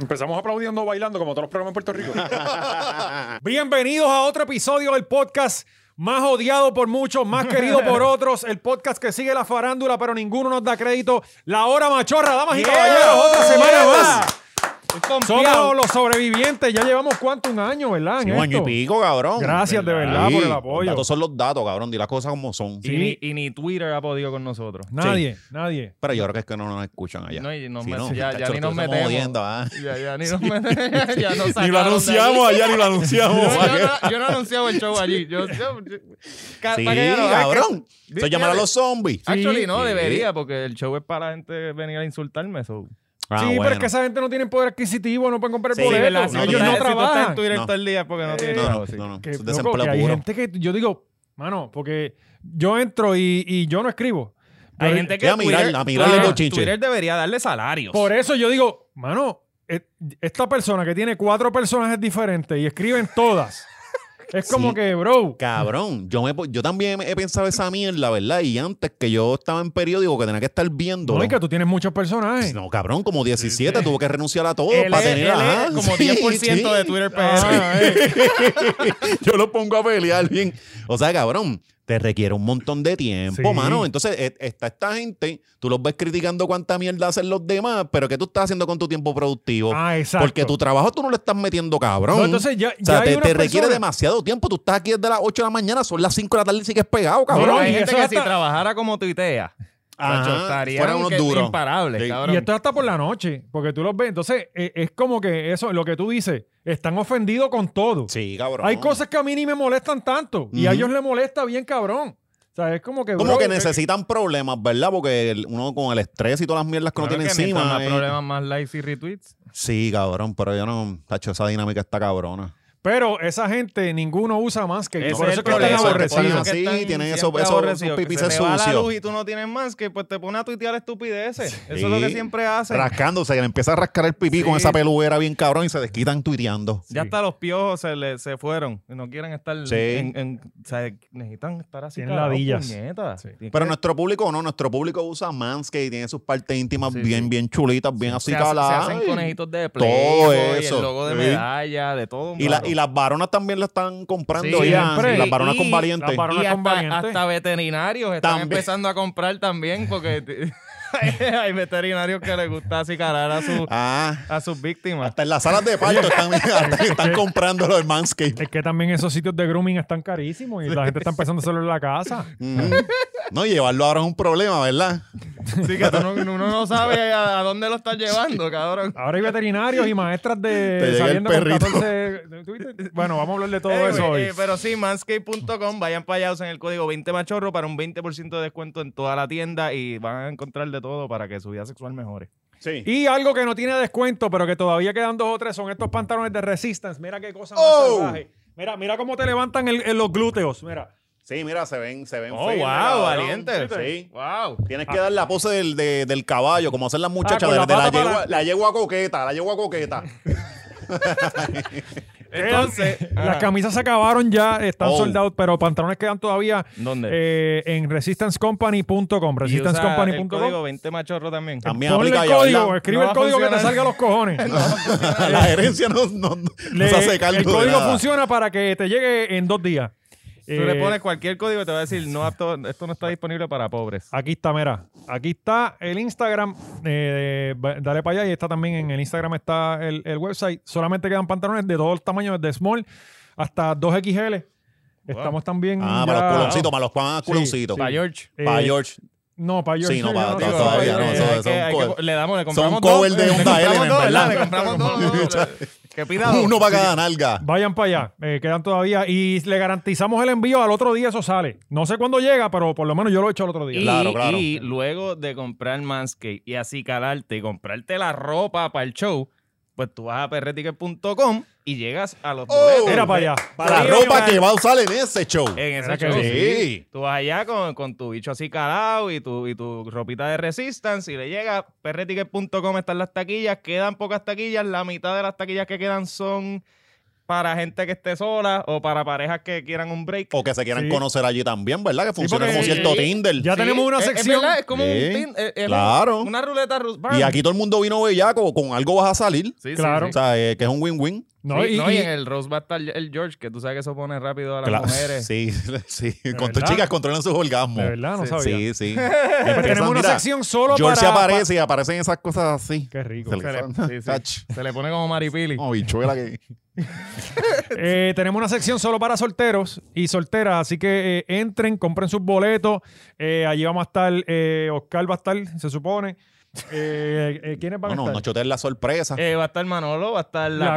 Empezamos aplaudiendo, bailando, como todos los programas en Puerto Rico. Bienvenidos a otro episodio del podcast más odiado por muchos, más querido por otros, el podcast que sigue la farándula, pero ninguno nos da crédito. La hora machorra, damas y Yeah. caballeros, otra semana Yeah. más. Somos Somos los sobrevivientes, ya llevamos cuánto, un año, ¿verdad? en Sí, un año y esto? pico, cabrón. Gracias, de verdad, por el apoyo. Los datos son los datos, cabrón. Di las cosas como son. y, ni, y ni Twitter ha podido con nosotros. Nadie, nadie. Pero yo creo que es que no nos escuchan allá. No, y nos Si met- no, ya, ya chacho, ni nosotros nos estamos metemos. jodiendo, ah. Ya, ya, ni nos metemos. ya Ni nos lo sacaron de anunciamos allí. allá, ni lo anunciamos. ah. Yo, yo no, yo no anunciaba el show allí. Yo, yo- yo- Ca- Sí, para que ya lo- cabrón. es que- Eso llamar a los zombies. Actually, no, Sí. debería, porque el show es para la gente venir a insultarme. So. Ah, sí, pero bueno. es que esa gente no tiene poder adquisitivo, no pueden comprar Sí, boletos. ¿verdad? Sí, No, tú ellos no sabes, si tú estás trabajan. en Twitter No. Eh, todo el día es porque no tienes No, no, trabajo, sí. no, no. Que, Eso es loco, desempleo que hay puro. gente que yo digo, mano, porque yo entro y, y yo no escribo. Hay Pero- gente que Ve a mirar, Twitter- a mirarle Twitter- bochinche. Twitter debería darle salarios. Por eso yo digo, mano, e- esta persona que tiene cuatro personajes diferentes y escriben todas, es como Sí. que, bro, Cabrón, yo, me, po- yo también he pensado esa mierda, ¿verdad? Y antes que yo estaba en periódico que tenía que estar viendo. no es que tú tienes muchos personajes. Pues No, cabrón, como 17, tuvo que renunciar a todo Él para es- tener él es ajá, como sí, 10% de sí. Twitter PR. Ah, eh. yo lo pongo a pelear bien. O sea, cabrón, te requiere un montón de tiempo, Sí. mano. Entonces, e- está esta gente, tú los ves criticando cuánta mierda hacen los demás, pero ¿qué tú estás haciendo con tu tiempo productivo? Ah, exacto. Porque tu trabajo tú no le estás metiendo, cabrón. No, entonces ya- o sea, ya hay te, una te requiere persona- demasiado tiempo. Tú estás aquí desde las 8 de la mañana, son las 5 de la tarde y sigues pegado, Pero cabrón. y hay gente eso que hasta- si trabajara como tuitea, Ajá, macho, estarían fueran unos que- duros. imparables, Sí. cabrón. Y esto es hasta por la noche, porque tú los ves. Entonces, e- es como que eso, lo que tú dices, están ofendidos con todo. Sí, cabrón. Hay cosas que a mí ni me molestan tanto y a Ujú. ellos les molesta bien, cabrón. O sea, es como que. Como bro, que eh, necesitan problemas, ¿verdad? Porque el- uno con el estrés y todas las mierdas que uno Claro tiene que mientras encima. Más eh, problemas, más likes y retweets. Sí, cabrón, pero yo no. Tacho, esa dinámica está cabrona. Pero esa gente, ninguno usa más que yo. Ese Por eso es el es que están problema, por eso aborrecidos. están así, tienen esos- siempre esos- aborrecidos, esos que pipices se te va la sucios. luz y tú no tienes más, que pues te pone a tuitear estupideces. Eso es lo que Sí. siempre hacen. Rascándose, que le empieza a rascar el pipí con Sí. esa peluera bien cabrón y se desquitan tuiteando. Ya hasta los piojos se, le, se fueron. No quieren estar Sí. en, en- o sea, necesitan estar así. Tienen cagados, ladillas. puñetas. Tienes Pero que- nuestro público no, nuestro público usa Manscaped y tiene sus partes íntimas Sí, bien, sí. bien chulitas, bien así se, hace- se caladas. hacen conejitos de todo play, el eso, logo de sí. medalla, de todo. Y, la- mano. y las varonas también la están comprando Sí, ya. siempre. Las varonas Y- con valiente. las varonas- Y con hasta, variantes. hasta veterinarios están También. empezando a comprar también porque t- hay veterinarios que les gusta acicarar a, su- Ah, a sus víctimas. hasta en las salas de parto están, hasta- están comprando los Manscaped. Es que también esos sitios de grooming están carísimos y la gente está empezando a hacerlo en la casa. Mm. No, llevarlo ahora es un problema, ¿verdad? Así que tú no- uno no sabe a, a dónde lo estás llevando, cabrón. Ahora hay veterinarios y maestras Te de llega saliendo el con perrito. 14 ¿tú viste? Bueno, vamos a hablar de todo Anyway, eso hoy. eh, pero sí, manscape.com, vayan para allá, usen el código 20machorro para un 20% de descuento en toda la tienda y van a encontrar de todo para que su vida sexual mejore. Sí. Y algo que no tiene descuento, pero que todavía quedan dos o tres, son estos pantalones de resistance. Mira qué cosa más Oh. salvaje. Mira, mira cómo te levantan el- el- los glúteos. Mira. Sí, mira, se ven, se ven. Oh, firmes, wow, cabrón. valiente. Sí. Wow. Tienes que dar la pose del, de- del caballo, como hacen las muchachas, Ah. con de- la de la, pata para yegua, la yegua coqueta, la yegua coqueta. Entonces, Quedan- las ajá. camisas se acabaron ya, están Oh. soldados, pero pantalones quedan todavía ¿Dónde? eh, en resistancecompany.com. Y usa el Resistancecompany.com. código 20machorro también. También Ponle aplica el ya, código, ¿verdad? escribe No el va a código que te funcionar. salga a los cojones. La gerencia no, no, no Le- se hace cargo el de código nada. funciona para que te llegue en dos días. Tú le Eh, pones cualquier código y te va a decir, no, apto- esto no Ah. está disponible para pobres. Aquí está, mira. Aquí está el Instagram. eh, va- dale para allá y está también en el Instagram está el, el website. Solamente quedan pantalones de todos los tamaños, desde small hasta 2XL. Estamos también. Ah, ya- para los culoncitos, para los pan culoncitos. Para George. Eh, Para George. No, para George. Sí, no, para- yo para- sé. todavía Oye, no, eh, eso- eso hay que- es un hay que- cover. Le damos, le Son compramos cover dos, de le Honda compramos Element, dos, ¿verdad? Le compramos dos. Que pida dos. Uno para cada nalga. Vayan para allá, eh, quedan todavía. Y le garantizamos el envío al otro día, eso sale. No sé cuándo llega, pero por lo menos yo lo he hecho al otro día. Y, Claro, claro. y luego de comprar Manscaped y así calarte y comprarte la ropa para el show, pues tú vas a perreticket.com y llegas a Oh, los boletos. Era para Eh, allá. Para la Sí, ropa para- que va a usar en ese show. En ese Era que show, sí. sí. Tú vas allá con, con tu bicho así calado y tu, y tu ropita de resistance y le llega perreticket.com están las taquillas, quedan pocas taquillas, la mitad de las taquillas que quedan son para gente que esté sola o para parejas que quieran un break. O que se quieran Sí. conocer allí también, ¿verdad? Que funciona porque- como cierto Sí. Tinder. Ya Sí, tenemos una es- sección. Es, verdad, es como un Sí, tin- es- es claro. una ruleta rusa. Y aquí todo el mundo vino bellaco, con algo vas a salir. Sí, sí, Claro. sí. O sea, eh, que es un win-win. No, Sí, y- no, y y- en el Rose va a estar el George, que tú sabes que eso pone rápido a las Claro. mujeres. Sí, sí. Con verdad? chicas controlan sus orgasmos. de verdad, no Sí, sabía. Sí, sí. tenemos una sección solo George se para... aparece y aparecen esas cosas así. Qué rico. Se le- Se le- sí, sí. Tach. Se le pone como maripili. Como bichuela que... Eh, tenemos una sección solo para solteros y solteras, así que eh, entren, compren sus boletos. Eh, allí vamos a estar, eh, Oscar va a estar, se supone. Eh, eh, ¿Quiénes van No, a no, estar? no choteen la sorpresa. Eh, va a estar Manolo, va a estar La, La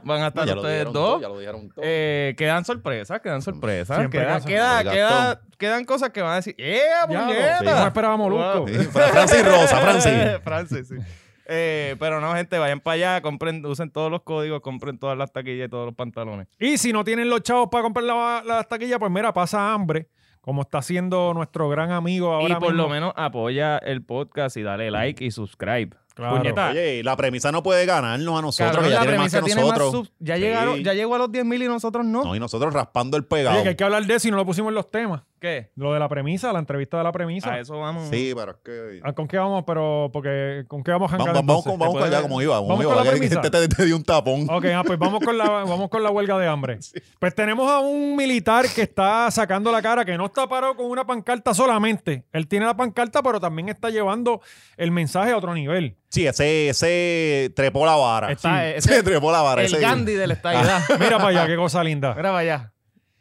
Comba. van a No, estar ya lo ustedes dijeron todo, dos. ya lo dijeron todo. Eh, quedan sorpresas, quedan sorpresas. Siempre Queda, quedan queda, sorpresas. queda- quedan cosas que van a decir, ¡eh, Ya, pues, puñeta! sí, pues, no esperábamos Molusco. Wow. Sí, Fra- Francis Rosa, Francis. Francis, sí. Eh, pero no, gente, vayan para allá, compren, usen todos los códigos, compren todas las taquillas y todos los pantalones. Y si no tienen los chavos para comprar la, la taquilla, pues mira, pasa hambre, como está haciendo nuestro gran amigo ahora y por mismo. lo menos apoya el podcast y dale like y subscribe. Claro. Puñeta, Oye, y la premisa no puede ganarnos a nosotros, cabrón, que ya la tiene más premisa que tiene más nosotros. subs. Ya, Sí. llegaron, ya llegó a los 10.000 y nosotros no. No, y nosotros raspando el pegado. Oye, que hay que hablar de eso y no lo pusimos en los temas. ¿Qué? Lo de la premisa, la entrevista de la A premisa. Ah, eso vamos. Sí, pero es que... Ah, ¿Con qué vamos? Pero, porque, ¿con qué vamos a Vamos, jangar vamos, entonces? con- vamos ¿te para allá puede- como iba. Como vamos iba con la que premisa? Te, te- te dio un tapón. Ok, ah, pues vamos con, la, vamos con la huelga de hambre. Pues tenemos a un militar que está sacando la cara, que no está parado con una pancarta solamente. Él tiene la pancarta, pero también está llevando el mensaje a otro nivel. Sí, ese, ese trepó la vara. Está- Ah, Sí, ese- se trepó la vara. el ese- Gandhi de la estadidad. Mira para allá, qué cosa linda. Mira para allá.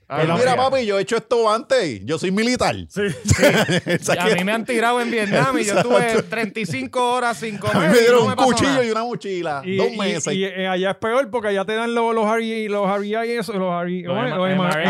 A Él, ver, mira, Ah, mira. papi, yo he hecho esto antes. Yo soy militar. Sí. O sea, A que- mí me han tirado en Vietnam y yo estuve 35 horas sin comer. a mí y me dieron no un pasó cuchillo nada. y una mochila. Y, dos y- meses. y, eh, allá es peor porque allá te dan los, los RE, los REI eso, los RE, Los ¿cómo es? M- los MRE, MRE. MRE,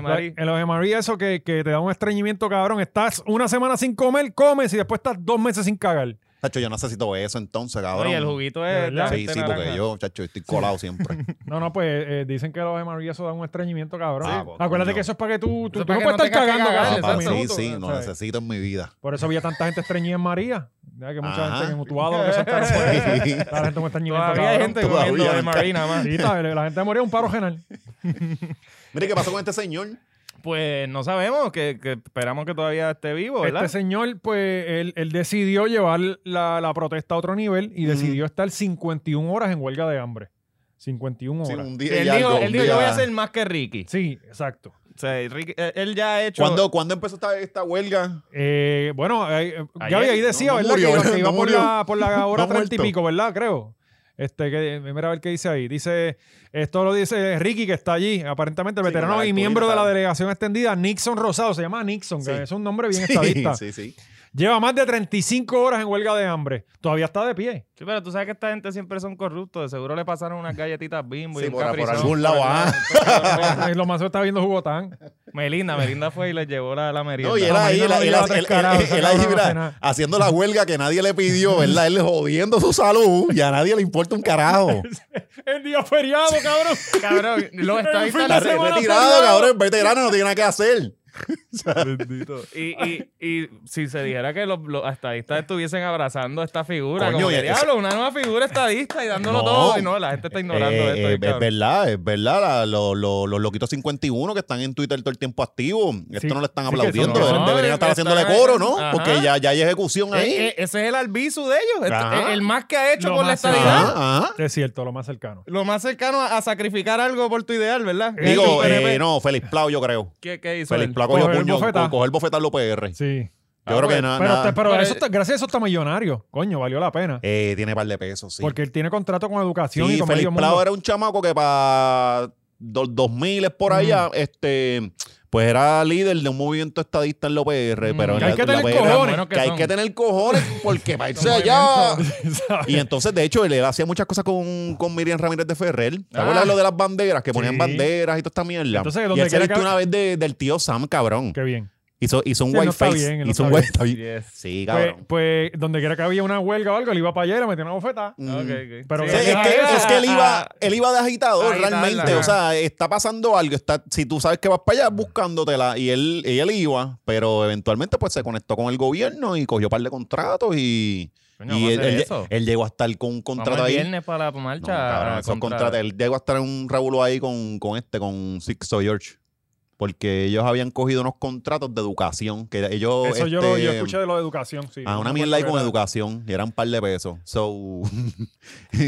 Ajá, MRE. la- los MRE, eso que, que te da un estreñimiento cabrón. Estás una semana sin comer, comes y después estás dos meses sin cagar. Chacho, yo necesito eso entonces, No, cabrón. y el juguito De es. de verdad. Sí, aceite sí, naranja. porque yo, chacho, estoy colado siempre. No, no, pues eh, dicen que los MRE eso da un estreñimiento cabrón. Ah, pues, Acuérdate coño. que eso es para que tú, Eso tú, es tú para no que puedes no estar tengas que cagando, cagar, cabrón. Papá, exacto. cinco sí, minutos, sí, lo ¿sabes? necesito en mi vida. Por eso había tanta gente estreñida en María. Ya que mucha Ajá. gente en Utuado, lo que se está por ahí. La gente con estreñimiento Todavía hay cabrón. gente Todavía comiendo de nunca. marina más. Sí, está, la gente de Moría es un paro general. Mire, ¿qué pasó con este señor? Pues no sabemos, que, que esperamos que todavía esté vivo, ¿verdad? Este señor, pues, él, él decidió llevar la, la protesta a otro nivel y decidió estar 51 horas en huelga de hambre. 51 Sí, horas. Sí, un día y él dijo, algo, él un dijo, yo día". voy a hacer más que Ricky. exacto. O sea, Ricky- eh, él ya ha hecho... ¿Cuándo, cuándo empezó esta, esta huelga? Eh, bueno, eh, Ayer, Gaby ahí no, decía, no ¿verdad? murió, que iba- que no iba por, murió. la, por la hora No ha 30 y muerto. pico, ¿verdad? Creo. Este, que, mira a ver qué dice ahí. Dice, esto lo dice Ricky, que está allí, aparentemente el Sí, veterano con la y miembro de la alturita. delegación extendida, Nixon Rosado, se llama Nixon, Sí. que es un nombre bien estadista. Sí, sí. Lleva más de 35 horas en huelga de hambre. Todavía está de pie. Sí, pero tú sabes que esta gente siempre son corruptos. De seguro le pasaron unas galletitas bimbo y Sí, un por- por caprizón. algún lado, ah. Ay, lo más está viendo jugotán. Melinda, Melinda fue y les llevó la, la merienda. No, y él No, ahí, Marino él, no él- lleva él- tres él- carajos, esa él ahí, cabrona no mira, hace nada. haciendo la huelga que nadie le pidió, ¿verdad? Él jodiendo su salud y a nadie le importa un carajo. El día feriado, cabrón. Cabrón, los estadistas... Está La le- re- semana retirado, pasada. cabrón, veterano, no tiene nada que hacer. Y, y, y si se dijera que los, los estadistas estuviesen abrazando esta figura, Coño, como que, y- diablo, una nueva figura estadista y dándolo No. todo. Y no, la gente está ignorando Eh, esto. eh, bien es cabrón. verdad, es verdad. la- lo- lo- los loquitos 51 que están en Twitter todo el tiempo activos, esto Sí, no lo están sí que aplaudiendo. son- deberían- no, deberían eh, estar están haciéndole ahí- coro, ¿no? ajá. Porque ya, ya hay ejecución ahí. Eh, eh, ese es el albizu de ellos. Este- Ajá. el más que ha hecho Lo por la más estadidad. Ajá, ajá. Es cierto, lo más cercano. Lo más cercano a, a sacrificar algo por tu ideal, ¿verdad? Eh, Digo, tú, eh, PNP. no, Félix Plau, yo creo. ¿Qué, qué hizo Félix él? Plau cogió Coger el puño, bofetá. coger el bofetá al PR. Sí. Yo Ah, creo pues, que nada. pero este nada. te- pero Pero- eso está- gracias a eso está millonario. Coño, valió la pena. Eh, tiene par de pesos, sí. Porque él tiene contrato con Sí, educación y con Félix medio Plau mundo. era un chamaco que para dos, dos miles por Mm. allá, este, pues era líder de un movimiento estadista en la OPR. Mm, Pero en que hay la- que la tener OPR, cojones. Bueno, que que hay son. que tener cojones porque para irse Son allá. ¿Sabes? Ah. Y entonces, de hecho, él, él hacía muchas cosas con, con Miriam Ramírez de Ferrer. ¿Te Ah. acuerdas lo de las banderas? Que ponían Sí. banderas y toda esta mierda. Entonces, y donde él se quiera vistió que- una vez de- del tío Sam, cabrón. Qué bien. Hizo, hizo un Sí, él no white está face. bien, él no hizo un está white face. Yes. Sí, Pues, cabrón. pues, donde quiera que había una huelga o algo, él iba para allá y le metía una bofetada. Mm. Ok, ok. Pero O Sí, sea, sí, es, que, sí. es que él iba, él iba de agitador Ahí está, realmente. ajá. O sea, está pasando algo. Está, si tú sabes que vas para allá buscándotela. Y él, y él iba, pero eventualmente pues se conectó con el gobierno y cogió un par de contratos y, Coño, y vamos a él, hacer él- eso. él llegó a estar con un Vamos contrato el ahí. viernes para la No, marcha. cabrón, esos contra- contratos. Él llegó a estar en un revuelo ahí con, con este, con Sixto George. Porque ellos habían cogido unos contratos de educación. Que ellos. Eso yo, lo- yo este, escuché de lo de educación, sí. Ah, una No mierda ahí recuerdo qué con era. educación. Y era un par de pesos. So,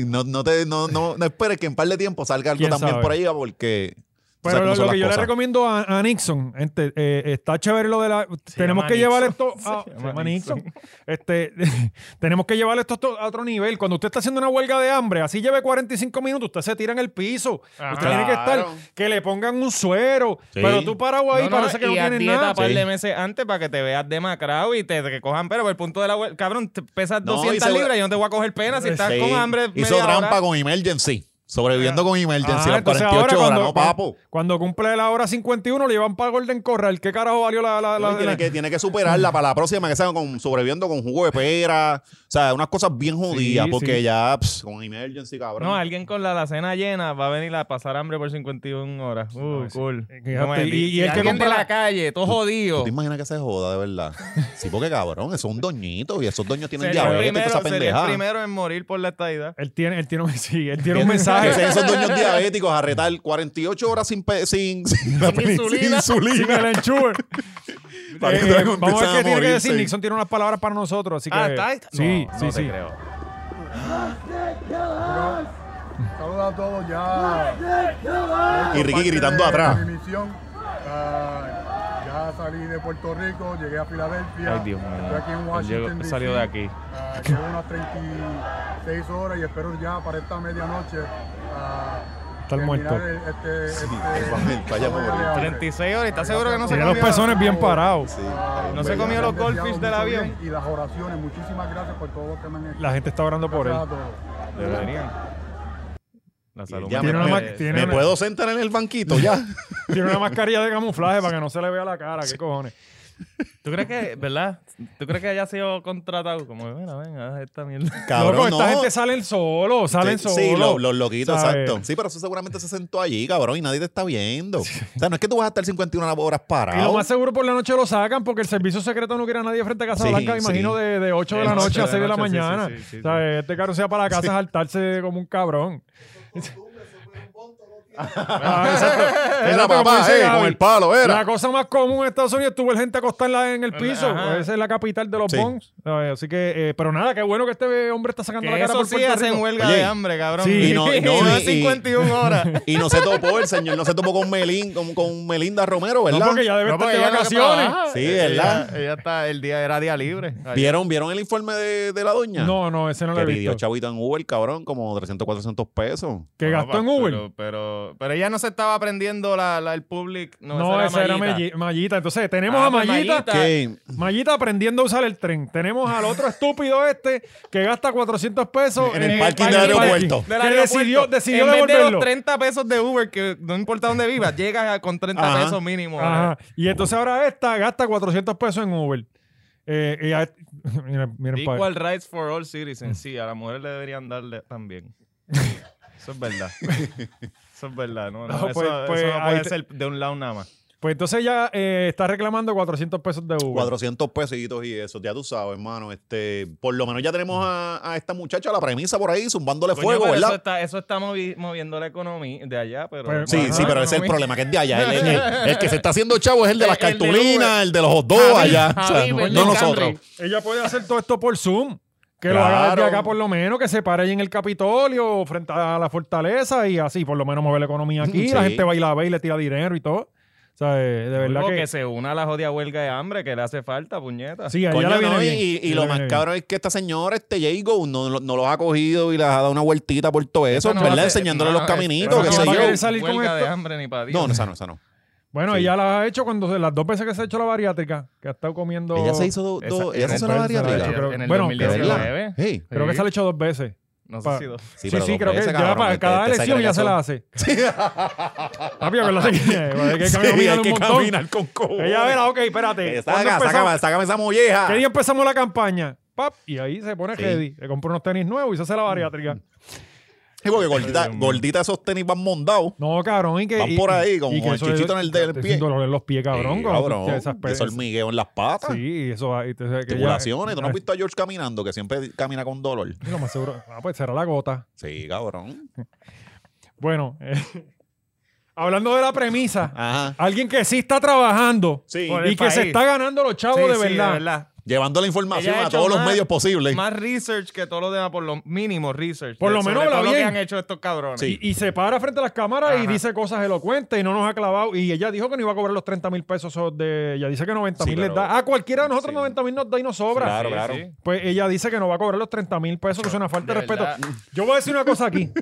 no, no, te, no, no, no esperes que en par de tiempo salga algo ¿Quién también sabe? por ahí, porque. tú sabes Pero cómo lo, son lo que las yo le cosas. recomiendo a, a Nixon, gente, eh, está chévere lo de la. tenemos llama que llevar esto Nixon. a. Se se llama llama Nixon. Este, tenemos que llevar esto a otro- a otro nivel. Cuando usted está haciendo una huelga de hambre, así lleve 45 minutos, usted se tira en el piso. Ajá. usted tiene que estar. Claro. Que le pongan un suero. Sí. Pero tú parado ahí, No, no, parece que y no haz tienes dieta nada. par de Sí. meses antes para que te veas demacrado y te recojan pero por el punto de la hue- cabrón te pesas No, y 200 seguro- libras y no te voy a coger pena si estás Sí. con hambre Hizo media trampa hora. con Emergency. Sobreviviendo con Emergency Ah, las entonces 48 ahora horas, cuando, no, papo. cuando cumple la hora 51 le llevan para Golden Corral. ¿Qué carajo valió la... la, la- No, y tiene, la- que, tiene que superarla para la próxima que sea con, sobreviviendo con jugo de pera. O sea, unas cosas bien jodidas Sí, porque ya pss, con emergency, cabrón. no alguien con la alacena llena va a venir a pasar hambre por 51 horas uh No, eso- cool eh, que ya te- me- y- y si el que alguien de compra- la calle todo jodido ¿Tú te imaginas que se joda de verdad? Sí, porque cabrón, eso es un doñito y esos doños tienen sería el diabetes, toda esa primero, sería el pendejada. primero en morir por la estadidad Él tiene, él tiene un, sí, él tiene un Que- mensaje. que sean esos dueños diabéticos a retar 48 horas sin, pe- sin, sin, la peni- insulina. sin insulina. Sin el enchue. Para que Eh, luego vamos a ver empiezan qué tiene que morirse. decir. Nixon tiene unas palabras para nosotros, así que. ah está, está- Sí, no, sí, no te sí. creo. Saludos a todos ya. Y Ricky gritando Parte de- atrás. de Mi misión. Ah, ya salí de Puerto Rico, llegué a Filadelfia. Ay, Dios mío. Estoy aquí en Él Washington. llegó- DC. salió de aquí. Ah, llevo unas 36 horas y espero ya para esta medianoche. ah, Estar terminar muerto. el- Este, este, vaya, vaya este- pobre. este- 36 horas ¿estás seguro que no se Tiene Mira los comió? pezones bien Oh. parados. Sí, ah, No se me comió han los deseado goldfish del mucho avión. bien Y las oraciones. Muchísimas gracias por todo lo que me han hecho. La gente está orando por él. Gracias a todos. Deberían. La Ya salud me- mental me- es- tiene ¿Me una- puedo sentar en el banquito ya? Tiene una mascarilla de camuflaje para que no se le vea la cara. ¿Qué cojones? ¿Tú crees que, verdad? ¿Tú crees que haya sido contratado? Como, mira, venga, haz esta mierda. Cabrón, Loco, esta no. gente salen solo, salen sí, solo. sí, lo- los loquitos, ¿sabes? exacto. Sí, pero eso seguramente se sentó allí, cabrón, y nadie te está viendo. O sea, no es que tú vas a estar 51 horas Y lo parado. más seguro por la noche lo sacan porque el servicio secreto no quiere a nadie frente a Casa Sí, Blanca, me sí. imagino, de, de 8 de Sí, la ocho noche a de 6 de la la noche, sí, mañana. sí, sí, sí, O sea, este caro sea para la casa saltarse como un cabrón. Ah, exacto. Era Exacto, como papá, dice eh, Gaby. con el palo, La era. cosa más común en Estados Unidos tuvo gente acostarla en el piso. Ajá. Esa es la capital de los Sí. bongs. Ay, Así que, eh, pero nada, qué bueno que este hombre está sacando la Que cara eso por sí Puerto hacen Rico. huelga Oye, de hambre, cabrón. sí, Y no, y no, es y- 51 horas. Y no se topó el señor, no se topó con Melín, con, con Melinda Romero, No, ¿verdad? porque ya debe No, estar porque de pues, ella no vacaciones. trabaja. Sí, Ella- ¿verdad? Ella, está, el día era día libre. ¿Vieron, ¿Vieron el informe de, de la doña? No, no, ese no lo que he pidió visto. chavito en Uber, cabrón, como 300, 400 pesos. Que gastó en Uber. Pero, pero, pero ella no se estaba aprendiendo la, la- el public. No, No, esa era Malli- Mallita. Mallita. Entonces, tenemos Ah, a pues, Mallita. Mallita. Que Mallita aprendiendo a usar el tren. Tenemos al otro estúpido este que gasta 400 pesos En el parking del parking. aeropuerto. Del Que aeropuerto. decidió, decidió en vez de devolverlo. los 30 pesos de Uber, que no importa dónde vivas, llegas con 30 Ajá. pesos mínimo. Ajá. Y entonces ahora esta gasta 400 pesos en Uber. Eh, y a- mira, miren, pa- Equal rights for all citizens. Mm. Sí, a las mujeres le deberían darle también. Eso es verdad. Eso es verdad. No, no, No, eso, pues- eso pues, no ahí puede te- ser de un lado nada más. Pues entonces ella eh, está reclamando 400 pesos de Uber. 400 pesitos y eso, ya tú sabes, hermano. Este, por lo menos ya tenemos a, a esta muchacha, la premisa por ahí, zumbándole Coño, fuego, pero Eso ¿verdad? está, eso está movi- moviendo la economía de allá, pero... Pero- Sí, Ajá, sí, pero ese es el economía. problema, que es de allá. El, el- el- el que se está haciendo chavo es el de las El- el del cartulinas, Uber. el de los hot dogs Javi, allá. O sea, Javi, no, Berlin no Country. nosotros. Ella puede hacer todo esto por Zoom. Que lo Claro. haga desde acá por lo menos, que se pare ahí en el Capitolio, frente a la fortaleza y así, por lo menos mover la economía aquí. Sí. La gente baila a y le tira dinero y todo. O sea, eh, de verdad Luego que... que... se una a la jodida huelga de hambre que le hace falta, puñeta. Sí, a ella Coño, le viene no, y, bien. y- y Ella lo le más viene bien. cabrón es que esta señora, este Jago, no, no, no los ha cogido y les ha dado una vueltita por todo eso, Esa no va a ¿verdad? ser- Enseñándole no, los esa caminitos, no qué va sé a querer yo. salir con Huelga de esto. hambre ni pa' Dios. No, no, esa no, esa no. Bueno, Sí. ella las ha hecho cuando las dos veces que se ha hecho la bariátrica, que ha estado comiendo. Ella se hizo, do- Esa- do- ella se hizo esa la no, esa no, variatriz. Yo creo- En el bueno, 2019. Sí, Creo que se la ha hecho dos veces. No Pa- sé si dos. Sí, sí, creo que ya para este- cada elección ya se la hace. Papi, acuérdate que, que caminar un montón. con cojones. Eh, Ella verá, ok, espérate. ¿cuándo Saca, empezamos? sácame, sácame esa molleja. ¿Qué día empezamos la campaña? Pap, y ahí se pone Ah. Sí. Mm. ready. Le compra unos tenis nuevos y se hace la bariátrica. Sí, porque gordita, gordita esos tenis van mondados. No, cabrón, y que. Van y- por ahí, y con- que con el eso chichito en el dedo del te pie. siente dolor en los pies, cabrón. Eh, cuando tú cabrón, tienes esas pe- eso hormigueo en las patas. Sí, eso ahí. te- que ya- Tribulaciones. ¿Tú no has eh, visto a George caminando? Que siempre camina con dolor. lo más seguro. Ah, pues será la gota. Sí, cabrón. Bueno, eh, hablando de la premisa, Ajá. alguien que sí está trabajando Ah. Sí. Por el y que país. se está ganando los chavos de, Sí, sí, verdad. Llevando la Ella información ha a hecho todos los más- medios posibles. Más research que todos los demás, por lo mínimo research. Por de- lo sobre menos habla todo lo que bien. han hecho estos cabrones. Sí. Y, y se para frente a las cámaras y Ajá. dice cosas elocuentes y no nos ha clavado. Y ella dijo que no iba a cobrar los 30 mil pesos esos de. Ella dice que 90 mil Sí, les pero- da. A cualquiera de nosotros Sí. 90 mil nos da y nos sobra. Claro, Sí, claro. sí. Pues ella dice que no va a cobrar los 30 mil pesos, que es una falta de, De respeto. verdad. Yo voy a decir una cosa aquí.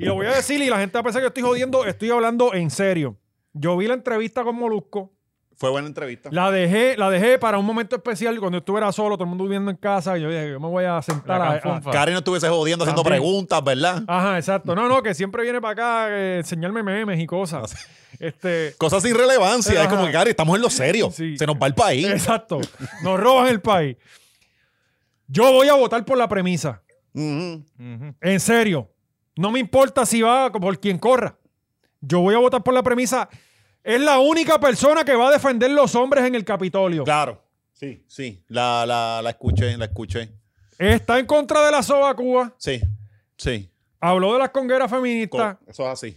y lo voy a decir, y la gente va a pensar que estoy jodiendo, estoy hablando en serio. Yo vi la entrevista con Molusco. Fue buena entrevista. La dejé, la dejé para un momento especial cuando estuviera solo, todo el mundo viviendo en casa. Y yo dije, yo me voy a sentar La a- a, canfunfa. Karen no estuviese jodiendo haciendo También. preguntas, ¿verdad? Ajá, exacto. No, no, que siempre viene para acá eh, enseñarme memes y cosas. Ah, Este, Cosas sin relevancia. Ajá. Es como que, Karen, estamos en lo serio. Sí. Se nos va el país. exacto. Nos roban el país. Yo voy a votar por la premisa. Ujú. Ujú. En serio. No me importa si va por quien corra. Yo voy a votar por la premisa. Es la única persona que va a defender los hombres en el Capitolio. Claro. Sí, sí. La, la, la escuché, la escuché. Está en contra de la soba Cuba. Sí, sí. Habló de las congueras Co- feministas. Eso es así.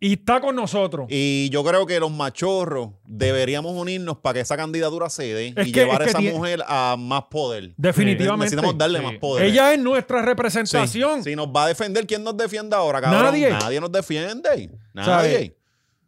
y está con nosotros. Y yo creo que los machorros deberíamos unirnos para que esa candidatura cede Es y que- llevar es que a esa tiene- mujer a más poder. Definitivamente. Necesitamos darle Sí. más poder. Ella es nuestra Sí. representación. Si nos va a defender, ¿quién nos defiende ahora, cabrón? Nadie. Nadie nos defiende. ¿Sabes? Nadie.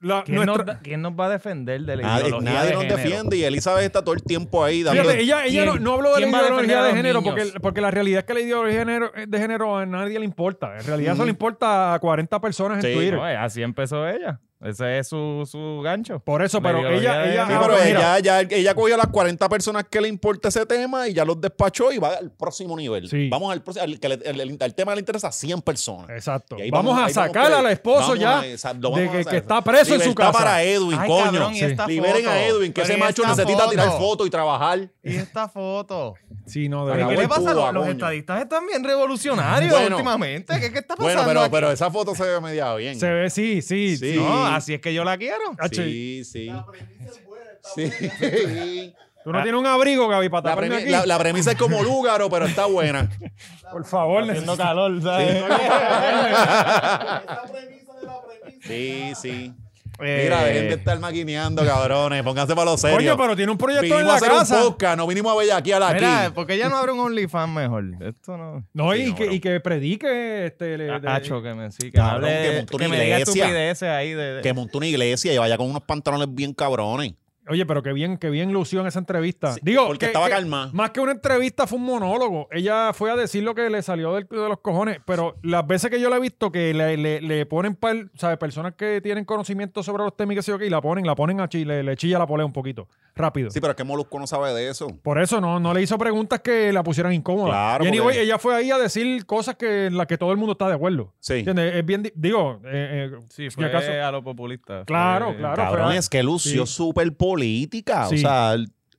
La- ¿Quién, nuestra- nos da- quién nos va a defender de la Nadie, ideología nadie de nos género? defiende y Elizabeth está todo el tiempo ahí dando... Fíjate, ella, ella no, ¿Quién- no habló de la quién va a ideología defender a de los género porque, niños? porque la realidad es que la ideología de género, de género a nadie le importa. En realidad solo Ujú. importa a 40 personas en Sí. Twitter. No, eh, así empezó ella. Ese es su, su gancho. Por eso, La pero ideología ella, de ella, Sí, género. habla- pero Ah, pues, mira, ella, ella, ella cogió a las 40 personas que le importa ese tema y ya los despachó y va al próximo nivel. Sí. Vamos al próximo... al que le- el, el- al tema le interesa a 100 personas. Exacto. Y ahí Vamos, vamos- a ahí vamos sacar por ahí. al esposo Vamos ya a- exacto, de lo vamos a que, hacer. que está preso en su Libertad casa. para Edwin, Ay, coño. cabrón, y Sí. esta Liberen foto. a Edwin, que Pero ese y macho esta necesita foto. tirar fotos y trabajar. Y esta foto. Sí, no, de Pero verdad. que ¿Qué le Cuba, pasa? a los, los coño. estadistas están bien revolucionarios Bueno. últimamente. ¿Qué, qué está pasando? Bueno, pero, aquí? pero esa foto se ve media bien. Se ve, ah, sí, sí. Sí. No, así es que yo la quiero. Sí, sí. Sí. Tú no tienes un abrigo, Gaby, para La, taparme premi- aquí. la- la premisa es como Lúgaro, pero está buena. Por favor, necesito calor, Sí, sí. Eh, Mira, dejen de estar maquineando, cabrones. Pónganse para los Eh. Coño, serios. pero tiene un proyecto Vinimos en a la hacer un casa. podcast, no vinimos a bellaquear aquí. Mira, porque ella no abre un OnlyFans mejor. Esto no. No, y, Sí, no, Ah, que, bro. y que predique este, le- de- Hacho, que me ah, sí, que Cabrón, hable- que montó una que me diga iglesia. estupideces ahí de, de- Que montó una iglesia y vaya con unos pantalones bien cabrones. Oye, pero qué bien, qué bien lució en esa entrevista. Digo, porque que- estaba que- calmada. Más que una entrevista fue un monólogo. Ella fue a decir lo que le salió del- de los cojones, pero las veces que yo la he visto que le, le- le ponen, par, ¿sabes? Personas que tienen conocimiento sobre los temas y que sé yo qué, y la ponen, la ponen a chile, le chilla la polea un poquito, rápido. Sí, pero es que Molusco no sabe de eso. Por eso no, no le hizo preguntas que la pusieran incómoda. Claro, y anyway, porque- ella fue ahí a decir cosas que, en las que todo el mundo está de acuerdo. Sí. ¿Entiendes? Es bien, di- digo, eh, eh, Sí, si fue acaso- a los populistas. Claro, Fue- claro. Cabrón, pero- es que lució sí. súper política. Sí. O sea,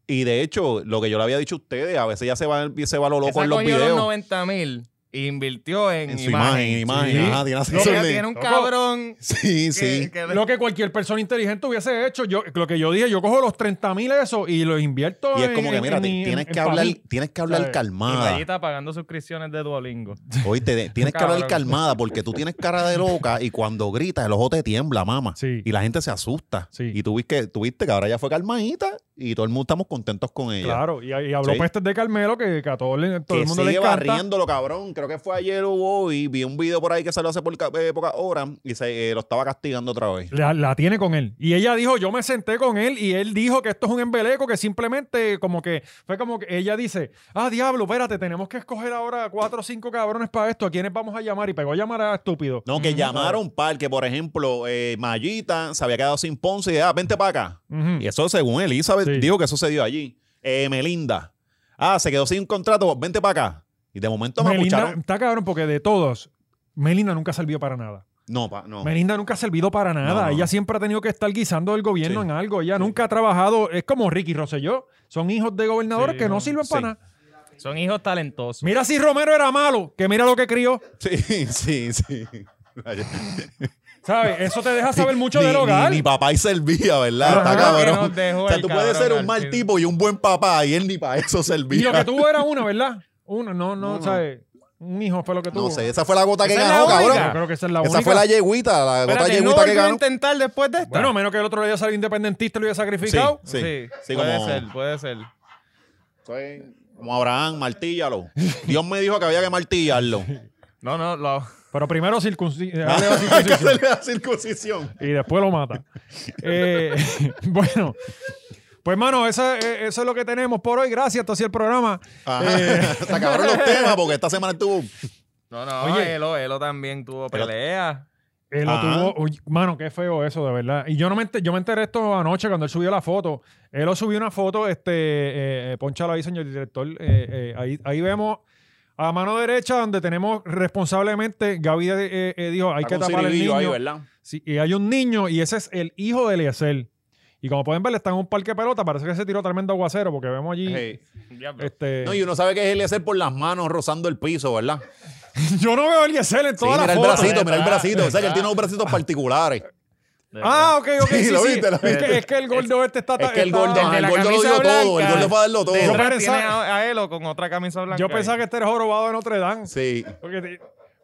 y de hecho, lo que yo le había dicho a ustedes, a veces ya se va, se va lo loco Esa en los cogió videos. los 90 mil e invirtió en, en su imagen, en imagen. Ah, Sí. Ajá, tiene así. Lo que tiene un Loco. cabrón. Sí, que- sí. que le- Lo que cualquier persona inteligente hubiese hecho, yo lo que yo dije, yo cojo los 30 mil eso y los invierto Y es en- como que, en- mira, en- ti- en- tienes, en que hablar, París. tienes que hablar ¿Sabes? calmada. Rayita pagando suscripciones de Duolingo. Oíste, de- tienes que hablar Cabrón. calmada porque tú tienes cara de loca y cuando gritas el ojo te tiembla, mamá. Sí. Y la gente se asusta. Sí. Y tú viste, que, tú viste que ahora ya fue calmadita y todo el mundo estamos contentos con ella. Claro, y, y habló Sí. pestes de Carmelo que, que a todo, le- todo que el mundo le sigue encanta. barriéndolo, cabrón. Creo que fue ayer o hoy. Vi un video por ahí que salió hace por, eh, pocas horas y se, eh, lo estaba castigando otra vez. La, la tiene con él. Y ella dijo, yo me senté con él y él dijo que esto es un embeleco, que simplemente como que fue como que ella dice, ah, diablo, espérate, tenemos que escoger ahora cuatro o cinco cabrones para esto, ¿a quiénes vamos a llamar? Y pegó a llamar a estúpido. No, que llamaron par, que por ejemplo, eh, Mayita se había quedado sin Ponce y ah, vente para acá. Ujú. Y eso según Elizabeth Sí. dijo que eso se dio allí. Eh, Melinda, ah, se quedó sin contrato, vente para acá. Y de momento me Melinda- escucharon. está cabrón porque de todos, Melina nunca sirvió para nada. No, pa, no. Melinda nunca ha servido para nada. Oh. No, no. Ella siempre ha tenido que estar guisando del gobierno Sí. en algo. Ella nunca ha trabajado. Es como Ricky Rosselló. Son hijos de gobernadores Sí, que no, no. sirven Sí. para nada. Son hijos talentosos. Mira si Romero era malo, que mira lo que crió. Sí, sí, sí. ¿Sabes? Eso te deja saber mucho Ni- del ni- hogar. Ni, papá y servía, ¿verdad? Ajá. Está Que cabrón. nos dejó O sea, el tú puedes cabrón ser un al mal fin. tipo y un buen papá y él ni para y eso lo que servía. tuvo era una, ¿verdad? Una, no, no, no. ¿sabes? Un hijo fue lo que tuvo. No sé, esa fue la gota que Esa es la ganó, única. Yo cabrón. creo que esa es la Esa única. fue la yegüita, la gota Espérate, no yegüita que volvió a ganó. intentar después de esta. Bueno, a menos que el otro día salió independentista y lo haya Sí, sacrificado. sí, sí, puede como- ser, puede ser. Soy Como Abraham, martíllalo. Dios me dijo que había que martillarlo. No, no, lo... Pero primero circunci- Ah. dale la que circuncisión. hacerle la circuncisión. y después lo mata. Eh, bueno, pues mano, eso, eh, eso es lo que tenemos por hoy. Gracias, esto ha sido el programa. Ajá. Eh, Se acabaron los temas porque esta semana estuvo. No, no, Oye. Elo, Elo también tuvo pelea. Él Eh, lo Ajá. tuvo, uy, mano, qué feo eso, de verdad. Y yo no me enteré, yo me enteré esto anoche cuando él subió la foto. Él lo subió una foto, este, eh, eh, ponchalo ahí, señor director. Eh, eh, ahí, ahí vemos a mano derecha donde tenemos responsablemente, Gaby eh, eh, dijo, hay Está que con tapar el Cirilo niño. ahí, ¿verdad? Sí, y hay un niño y ese es el hijo de Eliezer. Y como pueden ver, está en un parque de pelota. Parece que se tiró tremendo aguacero porque vemos allí. Sí. Diablo. Este, No, y uno sabe que es el hacer por las manos rozando el piso, ¿verdad? yo no veo a Eliezer en Sí, todas mira las el fotos. bracito, mira el bracito. O sea, que él Ah. tiene unos bracitos particulares. Ah, ok, ok. Sí, sí, lo sí. viste, lo Es, que, es que el gordo este está. Es que el está- gordo, Desde el la gordo lo camisa dio todo, blanca, el gordo fue a darlo todo. Detrás Yo tiene pensaba- a, a Elo con otra camisa blanca. Yo pensaba que este era jorobado de Notre Dame. Sí. Porque te-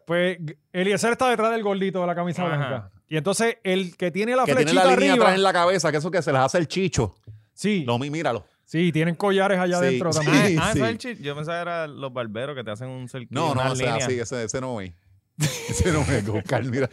pues Eliezer está detrás del gordito de la camisa Ajá. blanca. Y entonces el que tiene la Que tiene flechita la línea arriba. atrás en la cabeza, que eso que se les hace el chicho. Sí, No, mí- míralo. sí, tienen collares allá Sí, adentro sí. también. Ah, sí. eso es el chip. Yo pensaba que eran los barberos que te hacen un cerquillo. No, no, unas o sea, líneas. sí, ese, ese no es. Ese no es, Oscar, mira.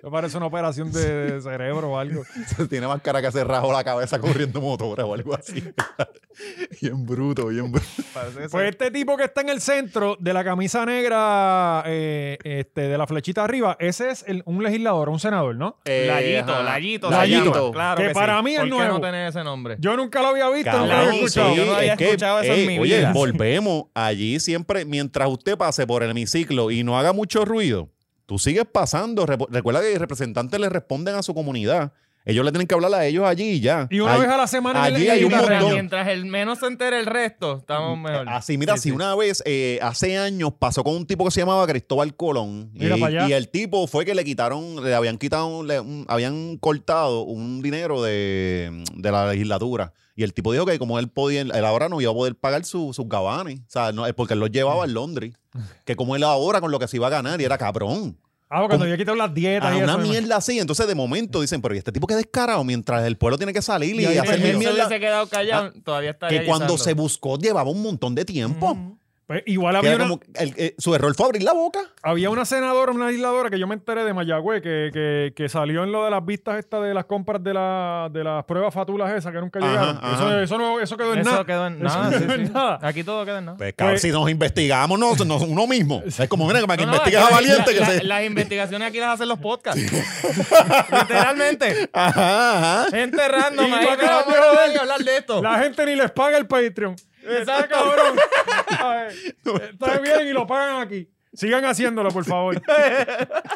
Me parece una operación de de cerebro o algo. Tiene más cara que se rajó la cabeza corriendo motora o algo así. bien bruto, bien bruto. Parece que Pues este tipo que está en el centro de la camisa negra, eh, este, de la flechita arriba, ese es el- un legislador, un senador, ¿no? se- Eh, Layito, ajá. Layito, Layito. se llama. Claro Que que, para sí. mí es ¿Por qué nuevo. no tenés ese nombre? Yo nunca lo había visto, nunca lo Cabrón, había escuchado. sí, yo no había es que, escuchado eso en eh, mi Oye, vida. volvemos. Allí siempre, mientras usted pase por el hemiciclo y no haga mucho ruido, tú sigues pasando. Repo- Recuerda que representantes le responden a su comunidad. Ellos le tienen que hablar a ellos allí y ya. Y una Ay- vez a la semana en el- allí en hay el un terreno. mientras, montón. mientras el menos se entere el resto, estamos mejor. Así, mira, Sí, si sí. una vez, eh, hace años, pasó con un tipo que se llamaba Cristóbal Colón. Mira y, pa' allá. y el tipo fue que le quitaron, le habían quitado, le- un- habían cortado un dinero de, de la legislatura. Y el tipo dijo que como él podía, él ahora no iba a poder pagar su- sus gabanes. O sea, no, es porque él los llevaba a Londres. Que como él ahora con lo que se iba a ganar, y era cabrón. Ah, porque cuando yo quitado las dietas A y Ah, una eso. pues, mierda así. Entonces, de momento dicen, pero ¿y este tipo que descarado mientras el pueblo tiene que salir y, Y ahí Si hacer el perdió. mil menos se mierda. hubiese quedado callado, todavía estaría Que cuando se guisando. buscó llevaba un montón de tiempo. Pues igual Que había era una, como el- eh, su error fue abrir la boca. había una senadora, una legisladora que yo me enteré de Mayagüez, que, que, que salió en lo de las vistas estas de las compras de, la, de las pruebas fatulas esas que nunca Ajá, llegaron. Eso, ajá. eso no, eso quedó en Eso nada. quedó en Eso nada. no sí, quedó en sí. nada. Aquí todo queda en nada. Pues, cabrón, Pues- si nos investigamos no, no- uno mismo. Es como, mira, para que No, no, investigas aquí a la- Valiente. que la- se... Las investigaciones aquí las hacen los podcasts. Literalmente. Ajá, ajá. Gente random. Y ahí, tú pero acabas de vamos a ver. hablar- hablar de esto. La gente ni les paga el Patreon. Está Exacto. cabrón. Ay, Pues Está bien y lo pagan aquí. Sigan haciéndolo, por favor.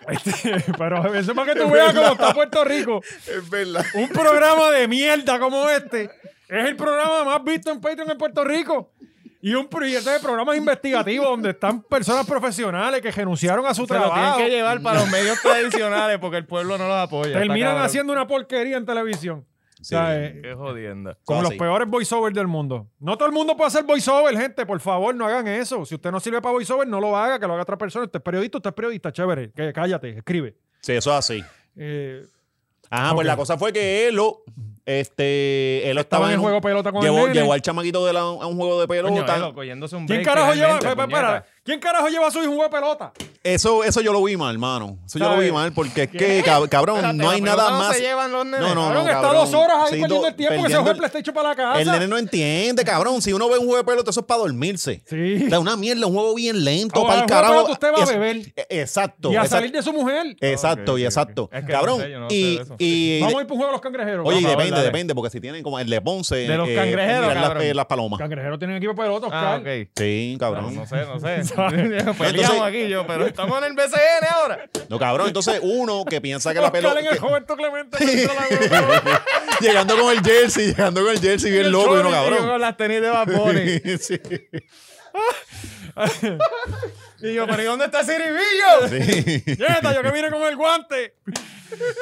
Este, pero eso es para que tú veas cómo está Puerto Rico. Es verdad. Un programa de mierda como este es el programa más visto en Patreon en Puerto Rico. Y este un proyecto de programas investigativos donde están personas profesionales que renunciaron a su Se lo tienen trabajo. que llevar para los medios tradicionales porque el pueblo no los apoya. Terminan Está haciendo una porquería en televisión. O sea, Sí. eh, cabrón. Qué jodienda. Como Ah, los sí. peores voiceovers del mundo. No todo el mundo puede hacer voiceover, gente. Por favor, no hagan eso. Si usted no sirve para voiceover, no lo haga, que lo haga otra persona. Usted es periodista, usted es periodista, chévere. Que, cállate, escribe. Sí, eso es así. Eh, Ajá, pues Ok. la cosa fue que Elo, este, Elo estaba en el un- juego de pelota con llevó, el nene. llevó al chamaquito de la- a un juego de Coño, pelota. loco, yéndose un eh, ¿Quién break, carajo lleva? Pues, realmente, espera, espera. puñeta. ¿Quién carajo lleva a su hijo un juego de pelota? eso, eso yo lo vi mal, hermano. Eso yo lo ¿Sabes? vi mal porque es que, cab- cabrón, Espérate, no hay los nada pelotas más. se llevan los nenes. No, no, Cabrón, no, está cabrón. dos horas ahí Sí, perdiendo do- el tiempo que se perdiendo juega el el- PlayStation para la casa. El nene no entiende, cabrón. Si uno ve un juego de pelota, eso es para dormirse. Sí. O sea, una mierda, un juego bien lento, Ahora, el para juego el de carajo. pelota usted va a Es- beber. e- Exacto. y a exacto. salir de su mujer. Exacto, Ok, y ok, exacto. ok. Es que Cabrón, no sé, yo no sé y, de eso. y- Vamos a ir para un juego de los cangrejeros. oye, y Vamos. favor, depende, dale. depende, porque si tienen como el de Ponce. De los eh, cangrejeros, mirar las- cabrón. eh, las palomas. Cangrejeros tienen equipo de pelota, Oscar. Ah, ok. Sí, No, cabrón. no sé, no sé. Peleamos aquí yo, pero estamos en el BCN ahora. No, cabrón. Entonces, uno que piensa que la Oscar pelota. en el Roberto Clemente. contra la- Llegando con el jersey, llegando con el jersey bien loco, y uno, Yo cabrón. con las tenis de Bad Bunny. Sí. Y yo, pero ¿y dónde está Ciribillo? Sí. ¡Yeta, yo que vine con el guante!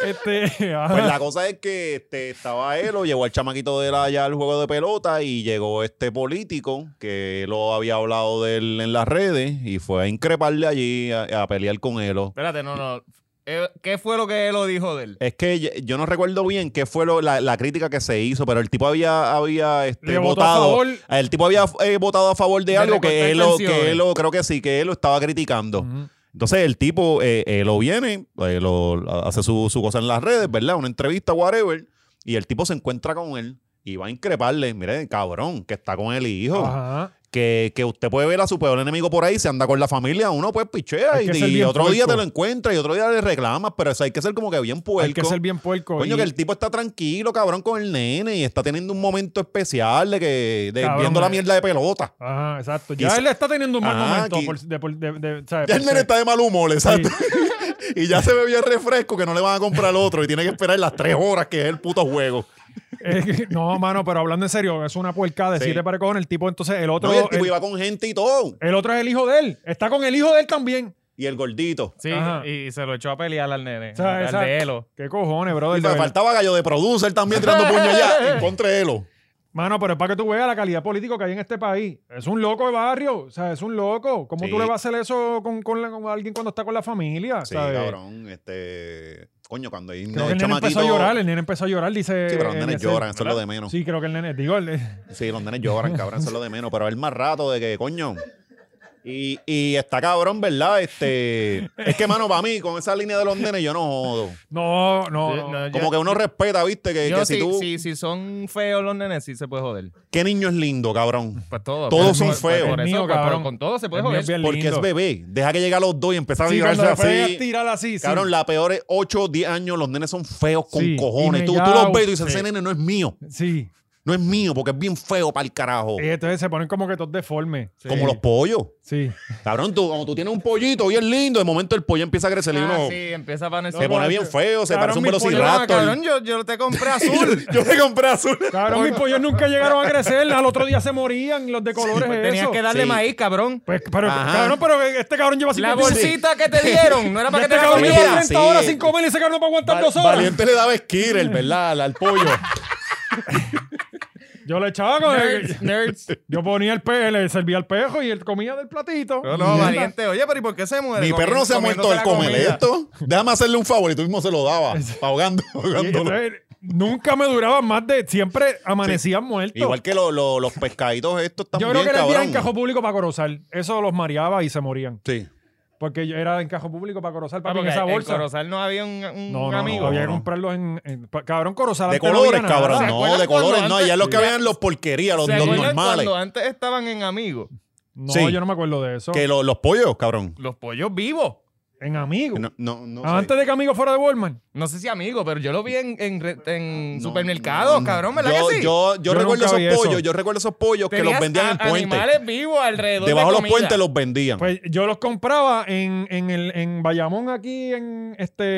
Este, ah, Pues la cosa es que este, estaba él, o llegó al chamaquito de la, allá al juego de pelota y llegó este político que lo había hablado de él en las redes y fue a increparle allí a, a pelear con él. Espérate, no, no. Eh, ¿Qué fue lo que él lo dijo de él? Es que ye- yo no recuerdo bien qué fue lo- la, la crítica que se hizo, pero el tipo había, había este, Le votó a votado. favor. El tipo había eh, votado a favor de, De algo recortar que él, lo, pensiones. que él lo- creo que sí, que él lo estaba criticando. Ujú. Entonces el tipo eh, eh, lo viene, eh, lo, hace su, su cosa en las redes, ¿verdad? Una entrevista, whatever, y el tipo se encuentra con él y va a increparle. Mire, cabrón, que está con él y hijo. ajá. Que, que usted puede ver a su peor enemigo por ahí, se anda con la familia, uno pues pichea Hay que y, ser y bien otro día puerco. te lo encuentra y otro día le reclamas, pero eso hay que ser como que bien puerco. Hay que ser bien puerco. Coño, y- que el tipo está tranquilo, cabrón, con el nene y está teniendo un momento especial de que de, Cabrón, viendo la eh. mierda de pelota. Ajá, exacto. Ya Quizá- él está teniendo un mal Ah, momento. qui- por- de, por- de- de- ¿sabes? Ya el Por nene ser- está de mal humor, exacto. y ya se bebió el refresco que no le van a comprar otro y tiene que esperar las tres horas que es el puto juego. Eh, no, mano, pero hablando en serio, es una puercada de Sí. siete parecones. El tipo, entonces, el otro. No, y el tipo el- iba con gente y todo. el otro es el hijo de él. Está con el hijo de él también. Y el gordito. Sí, Ajá. y se lo echó a pelear al nene. O sea, al esa- de Elo. ¿Qué cojones, brother? oh. Y de me verdad. faltaba gallo de producer también tirando puño allá en contra de Elo. Mano, pero es para que tú veas la calidad política que hay en este país. Es un loco de barrio. O sea, es un loco. ¿Cómo Sí. tú le vas a hacer eso con, con la- con alguien cuando está con la familia? Sí, ¿sabes? cabrón. Este. Coño, cuando hay Creo que el nene empezó a chamaquitos- llorar. El nene empezó a llorar, dice. Sí, pero los nenes dice- lloran, eso es lo de menos. Sí, creo que el nene. Digo, el- Sí, los nenes lloran, cabrón, eso es lo de menos. Pero es más rato de que, coño. Y, y está cabrón, ¿verdad? Este. Es que, mano, para mí, con esa línea de los nenes, yo no jodo. no, no. no. Yo- no, Como yo- que uno respeta, ¿viste? Que, yo que sí, si tú. sí, si son feos los nenes, sí se puede joder. ¿Qué niño es lindo, cabrón? Pues todo. Todos Pero- son por- feos. Por El eso, mío, pues, cabrón. pero con todos se puede El mío joder. es bien Porque lindo. es bebé. Deja que lleguen a los dos y empiezan a Sí, cuando tirarse le pegas, así. tirar así. sí. Cabrón, la peor es 8 o 10 años, los nenes son feos con Sí, cojones. y Tú, tú mellao, los ves y tú dices, sí. ese nene no es mío. Sí. No es mío porque es bien feo para el carajo. Y entonces se ponen como que todos deformes. Como los pollos. Sí. Cabrón, tú, como tú tienes un pollito bien lindo, de momento el pollo empieza a crecer y Ah, uno sí, empieza a parecer. se pone bien feo, se Cabrón, parece un mi pollo Yo, ah, cabrón, velociraptor. yo, yo te compré azul. Yo le compré azul. Cabrón, mis pollos nunca llegaron a crecer. Al otro día se morían los de colores. pues, Tenías eso. Pues que darle Sí. maíz, cabrón. Pues, pero, Ajá. cabrón, pero este cabrón lleva cinco La bolsita que te dieron no era para Este que te la cabrón lleva comieras. 30 horas Sí. sin comer y ese cabrón no puede aguantar dos horas. Valiente le daba el ¿verdad? Al, al pollo. Yo le echaba con el- Nerds, nerds. Yo ponía el pe, le servía el pejo y él comía del platito. No, no, valiente. Oye, pero ¿y por qué se muere? Mi perro no se ha muerto el al comer esto. Déjame hacerle un favor y tú mismo se lo daba, ahogando, Y ahogándolo. entonces, nunca me duraba más de. Siempre amanecían muertos. Igual que lo- lo- los pescaditos estos Yo también, creo que les dieron cabrón. encajo público para corozar. Eso los mareaba y se morían. Sí. Porque yo era encajo público para corozar, papi, en Ah, Porque esa bolsa. En Corozal no había un, un no, no, amigo. no, había que no. comprarlos en, en- pa- cabrón corozal. De antes no colores, había nada. cabrón. ¿Se No, acuerdan de cuando colores no. antes- Allá los que vean los porquerías, los, ¿Se los acuerdan normales. cuando antes estaban en amigos? No, Sí. yo no me acuerdo de eso. Que lo- los pollos, cabrón. Los pollos vivos. En Amigo. No, no, no sé. Antes de que Amigo fuera de Walmart. No sé si amigos, pero yo lo vi en, en, re- en No, supermercados, no, cabrón, ¿verdad yo, que sí? Yo, yo Yo recuerdo nunca esos vi eso. pollos, yo recuerdo esos pollos que los Tenías vendían en a- puentes. animales vivos alrededor Debajo de de los comida. puentes los vendían. Pues yo los compraba en, en, el, en Bayamón, aquí en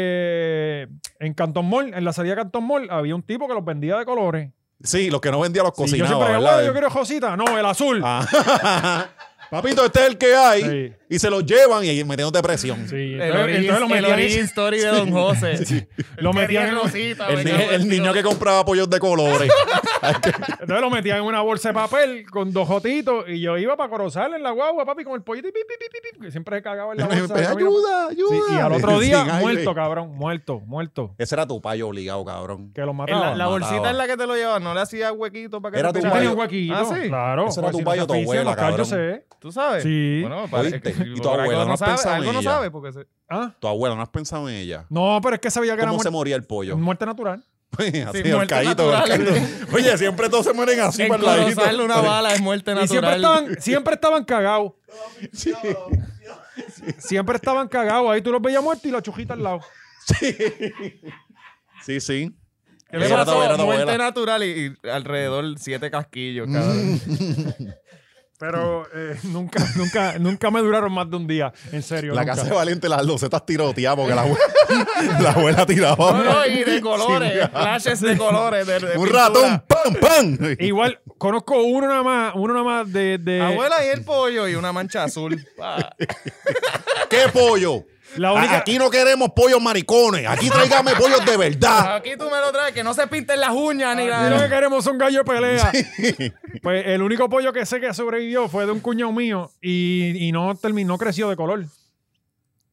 este en Cantón Mall, en la salida de Cantón Mall, había un tipo que los vendía de colores. sí, los que no vendían los Y yo cocinados, siempre decía, ¿verdad? "Bueno, yo quiero Josita. No, el azul. Ah. Papito, este es el que hay. Sí. Y se los llevan y ahí metiéndote presión. Sí, El entonces, origin, entonces lo el metían, en- origin story de Don José. lo metían en, Quería rosita, El, venga, ni- el pues, niño tío. que compraba pollos de colores. entonces lo metían en una bolsa de papel con dos jotitos y yo iba para Corozal en la guagua, papi, con el pollito y pi, pi, pi, pi, pi, que siempre se cagaba en la bolsa. de camino. ayuda, Sí, ayuda. y al otro día, Sin aire. muerto, cabrón, muerto, muerto. Ese era tu payo obligado, cabrón. Que los En mataba. la, la bolsita mataba. en la que te lo llevabas no le hacía huequito para que Era te tu Tú picara? tenías payo. un huequito, Ah, sí. claro. Eso era porque tu si payo, no te tu asfixian, abuela, los callos cabrón. se- ¿Tú sabes? Sí. Bueno, para, Oíste, es que- y tu por algo abuela, ¿no has sabe, pensado en algo no ella? sabe porque se- ¿Ah? Tu abuela, ¿no has pensado en ella? No, pero es que sabía que era ¿Cómo se muerte, moría el pollo? muerte natural. así, muertes horcaíto, naturales. horcaíto. Oye, siempre todos se mueren así en por el ladito. Corozal una bala es muerte Y siempre natural. estaban, siempre estaban cagados. Sí. Siempre estaban cagados. Ahí tú los veías muertos y la chujita al lado. Sí, sí. ¿Qué le Era tu pasó? abuela, Mm. era tu muerte abuela. natural y, y alrededor siete casquillos, cabrón. Mm. Pero eh, nunca, nunca, nunca me duraron más de un día, en serio. La nunca. casa de Valiente, las losetas tiroteadas porque la abuela, la abuela tiraba. y de colores, flashes de colores. de- de un pintura. ratón, ¡pam, pam! Igual, conozco uno nada más, uno nada más de... de- Abuela y el pollo y una mancha azul. Ah, Pa. ¿Qué pollo? La única- A- Aquí no queremos pollos maricones. Aquí tráigame pollos de verdad. Aquí tú me lo traes, que no se pinten las uñas ni Aquí lo que la... queremos son gallo de pelea. Pues el único pollo que sé que sobrevivió fue de un cuñado mío y, y no terminó, no creció de color.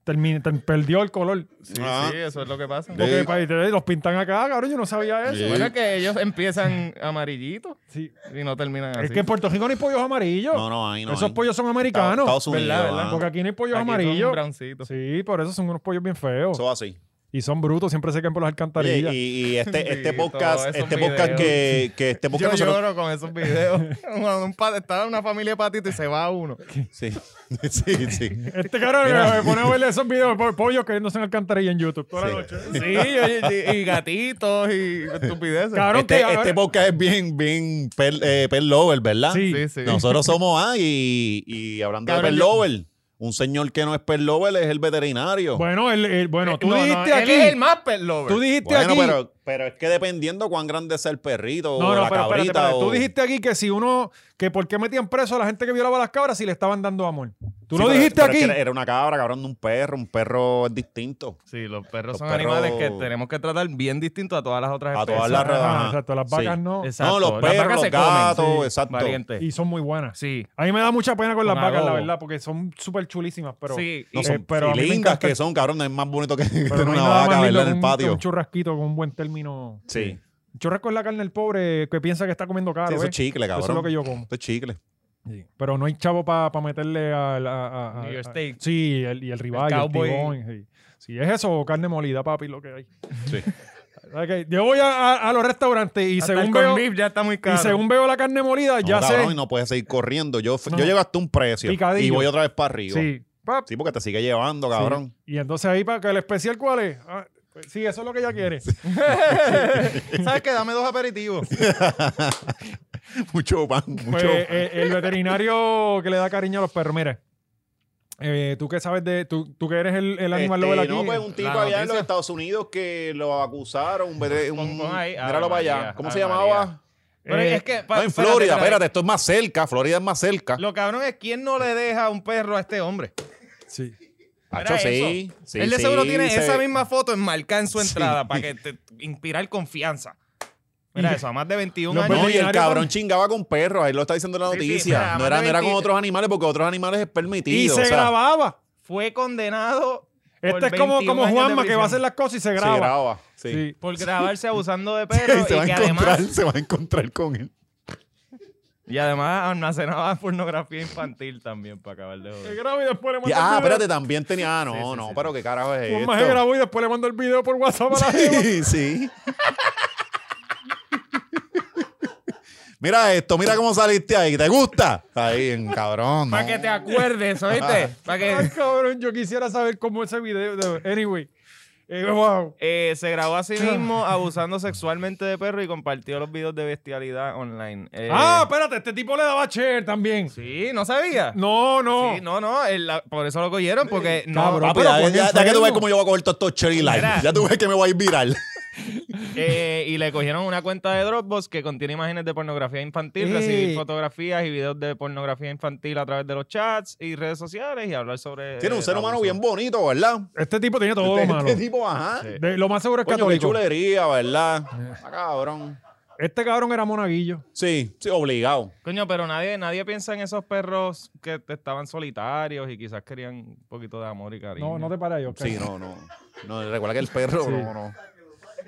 Termin- ter- perdió el color. Sí, Ajá. sí, eso es lo que pasa. Sí. Porque pa- te- los pintan acá, cabrón, yo no sabía eso. Sí. Bueno, es que ellos empiezan amarillitos Sí. y no terminan así. Es que en Puerto Rico no hay pollos amarillos. Ah, No, no, ahí no. Esos hay. pollos son americanos. Estados Unidos. ¿Verdad, verdad? ah. Porque aquí no hay pollos Aquí son amarillos. browncitos. Sí, por eso son unos pollos bien feos. Eso así. Y son brutos, siempre se caen por las Oye, alcantarillas. y, y este, este Sí, podcast, todo eso es este un podcast video. que, que este Yo podcast nosotros- lloro con esos videos. Cuando un padre está en una familia de patitos y se va uno. Sí, sí, sí. Este cabrón me pone a verle esos videos de pollos cayéndose en alcantarillas en YouTube toda la noche. Sí, y, y- y gatitos y estupideces. Cabrón, Este, que ahora- este podcast es bien, bien per, eh, per lover, ¿verdad? Sí. Sí, sí. Nosotros somos, ah, y, y hablando Cabrón, de per yo- lover, un señor que no es per lover es el veterinario. Bueno, el, el- bueno, tú Eh, No, no, dijiste él aquí. es el más pet lover. Tú dijiste Bueno, aquí. pero, pero es que dependiendo cuán grande sea el perrito no, o no, la pero espérate, cabrita. espérate. o- Tú dijiste aquí que si uno, que por qué metían preso a la gente que violaba las cabras si le estaban dando amor. Tú Sí, lo pero- dijiste pero es aquí. que era una cabra, cabrón, de un perro. Un perro es distinto. Sí, los perros Los son perros- animales que tenemos que tratar bien distinto a todas las otras A especies. todas las Ajá, Ajá. exacto, las Sí. vacas no. Exacto. No, los Las perros, vacas los se comen, gatos, exacto. Valiente. Y son muy buenas. Sí. A mí me da mucha pena con las Una vacas, la gogo. verdad, porque son súper chulísimas, pero. Sí, No eh, son pero a mí me lindas encanta- que son, cabrón. no Es más bonito que tener pero no hay nada una más vaca, lindo ¿verdad? que En el un- patio. Un churrasquito con un buen término. Sí. Churrasco es la carne del pobre que piensa que está comiendo caro. Sí, eso ¿eh? es chicle, cabrón. Eso es lo que yo como. Esto es chicle. Pero no hay chavo para meterle al- a, a- a- New York a- steak. sí, el- y el rival, el, cowboy. tibón, sí. Sí, es eso, o carne molida, papi, lo que hay. Sí. Ok, Yo voy a, a- a los restaurantes y Hasta según el veo corned beef ya está muy y caro. según veo la carne molida, ya no, sé. cabrón, y no puedes seguir corriendo. Yo, No. yo llego hasta un precio y Picadillo. voy otra vez para arriba. Sí. sí. pap, porque te sigue llevando, sí. cabrón. Y entonces ahí para que el especial cuál es. Ah, pues sí, eso es lo que ella quiere. ¿Sabes qué? Dame dos aperitivos. Mucho pan, mucho Pues, eh, el veterinario que le da cariño a los perros, mira. eh, tú que sabes de. Tú, tú que eres el, el animal Este, lover aquí. No, pues un tipo La allá en los noticia. Estados Unidos que lo acusaron. Un, veter- un, Pon- pon ahí, Ave ah, míralo para allá. María, ¿Cómo se Ave llamaba? María. Pero Eh, es que... pa- No, en espérate, Florida, espérate, espérate. esto es más cerca. Florida es más cerca. Lo cabrón es quién no le deja un perro a este hombre. Sí. Hacho, Era sí, eso. sí, Él de sí, seguro tiene se- esa misma foto enmarcada en su entrada para que te inspirar confianza. Mira eso, a más de 21 Los años. No, y el veterinario cabrón también. chingaba con perros. Ahí lo está diciendo la Sí, sí, noticia. mira, no, más era, de no era con 20. otros animales porque otros animales es permitido. Y se o sea, grababa. Fue condenado. por Este es como, 21 como años de Juanma que va a hacer prisión las cosas y se Se graba. graba. sí. Sí. Por grabarse abusando de perros. se, va y, a que encontrar, además, se va a encontrar con él. y además almacenaba pornografía infantil también para acabar de Se joder. graba y después le Y- manda ah, el video. espérate, también tenía. Ah, no, Sí, sí, no, sí, pero qué carajo es Un esto. maje grabó y después le mando el video por WhatsApp a la gente. Sí, sí. mira esto, mira cómo saliste ahí. ¿Te gusta? Ahí, en cabrón. Para no. que te acuerdes, ¿oíste? Para Ay, que. cabrón, yo quisiera saber cómo ese video. de- Anyway. Eh, wow. Eh, se grabó a sí mismo abusando sexualmente de perro y compartió los videos de bestialidad online. Eh, Ah, espérate, este tipo le daba share también. Sí, no sabía. No, no. Sí, no, no, el- la- por eso lo cogieron, porque no, Cabrón. Papi, pero ya, coño, ya- ya que tú ves enfermo. cómo yo voy a coger todos estos cherry light. Mira. Ya tú ves que me voy a ir viral. eh, y le cogieron una cuenta de Dropbox que contiene imágenes de pornografía infantil, Eh. recibir fotografías y videos de pornografía infantil a través de los chats y redes sociales y hablar sobre... Tiene un eh, ser humano abuso. bien bonito, ¿verdad? Este tipo tenía todo este, lo malo. este tipo, ajá. Sí. De- lo más seguro es Coño, qué católico. chulería, ¿verdad? Ah, cabrón. Este cabrón era monaguillo. Sí, sí, obligado. Coño, pero nadie, nadie piensa en esos perros que te- estaban solitarios y quizás querían un poquito de amor y cariño. No, no te pares, yo. Sí, no, no. No, recuerda que el perro, Sí. no, no.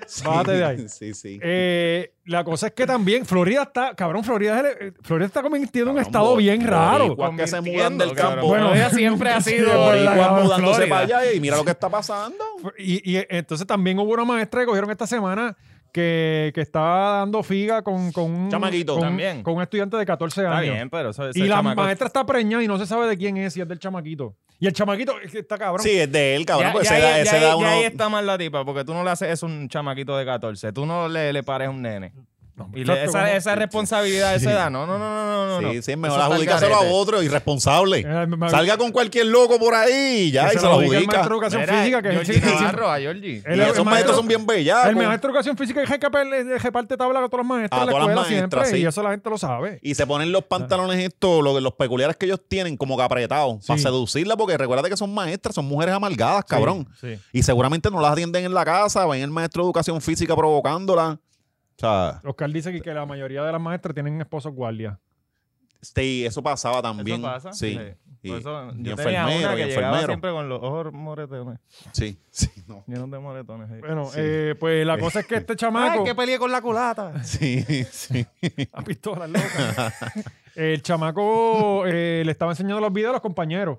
Sí, Bájate de ahí. Sí, sí. Eh, la cosa es que también Florida está, cabrón, Florida, es el- eh, Florida está convirtiendo en un estado bo- bien raro. boricua. que se mudan Convirtiendo, del campo. cabrón. Bueno, Florida siempre ha sido boricua la- mudándose Florida. para allá y mira lo que está pasando. Y, y entonces también hubo una maestra que cogieron esta semana que, que estaba dando figa con, con, un, Chamaquito. con, También. con un estudiante de 14 Está años. bien, pero eso, pues, ese Y la chamaco- maestra está preñada y no se sabe de quién es, si es del chamaquito. Y el chamaquito es que está cabrón. Sí, es de él, cabrón. Ya- porque ya se da, ahí- ese ya da ahí- ya uno- ahí está mal la tipa, porque tú no le haces eso a un chamaquito de 14. Tú no le, le pares a un nene. Y muchacho, le- esa, ¿cómo? esa responsabilidad se da. No, no, no, no, no. no, sí, no. sí, es mejor Eso está al adjudicárselo a garete. otro, irresponsable. Eh, me- me- Salga con cualquier loco por ahí y ya, y se lo dedique al adjudica. maestro de educación Mira, física que es el Georgie que- Navarro, a Georgie. Él Y es el esos maestro- maestros son bien pues. bellacos. El maestro de educación física es el que pe- le- reparte tabla a todas las maestras A en la todas Ah, las escuela siempre. maestras, sí. Y eso la gente lo sabe. Y se ponen los pantalones estos, lo- los peculiares que ellos tienen, como que apretados, para Sí. seducirla, porque recuérdate que son maestras, son mujeres amargadas, cabrón. Sí. Y seguramente no las atienden en la casa, ven el maestro de educación física provocándola. O sea, Oscar dice que, que la mayoría de las maestras tienen esposos guardias. sí, este, eso pasaba también. Eso pasa. Sí. Sí. Por eso, y yo enfermero, tenía una y que llegaba enfermero. siempre con los ojos moretones. Sí, sí, no. Llenos de moretones. sí. Bueno, eh, pues la cosa es que este chamaco. peleé con la culata! Sí, sí. La pistola loca. el chamaco eh, le estaba enseñando los videos a los compañeros.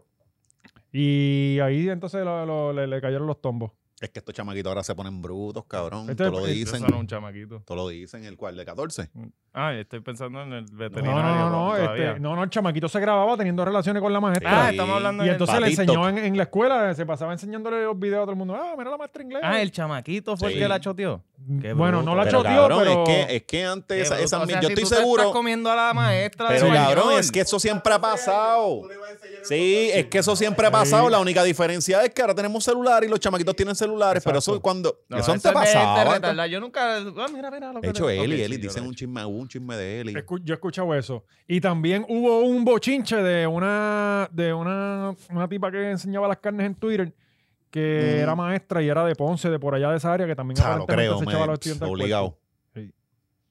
Y ahí entonces lo- lo- le, le cayeron los tombos. Es que estos chamaquitos ahora se ponen brutos, cabrón. Este- Todo lo este- dicen. Eso no es un chamaquito. Todo lo dicen, el cual de 14. Ah, estoy pensando en el No, veterinario. no, no, no, todavía. este, no, no, el chamaquito se grababa teniendo relaciones con la maestra. Ah, estamos hablando y de- entonces le Patito. enseñó en, en la escuela, se pasaba enseñándole los videos a todo el mundo. Ah, mira la maestra inglés. Ah, el chamaquito fue Sí. el que la choteó. Qué bueno, bruto. no la Pero, choteó, cabrón, pero. Es, que, es que antes Este, esa- Qué esa bruto. O sea, yo si estoy tú te estás seguro. Mm. comiendo a la maestra. de Pero español. cabrón, es que eso siempre ha pasado. Sí, es que eso siempre ha pasado. La única diferencia es que ahora tenemos celular y los chamaquitos tienen celulares, pero eso cuando No, eso eso antes es de- de pasaba. retardar. Yo nunca. Ah, mira, mira lo que De hecho, le- Ok, Eli, sí, Eli, yo dicen lo un he hecho. chisme, hubo un chisme de Eli. Escu- yo he escuchado eso. Y también hubo un bochinche de una de una, una tipa que enseñaba las carnes en Twitter que Mm. era maestra y era de Ponce, de por allá de esa área, que también Ah, lo aparentemente creo, se me- echaba a los estudiantes al obligado. cuerpo.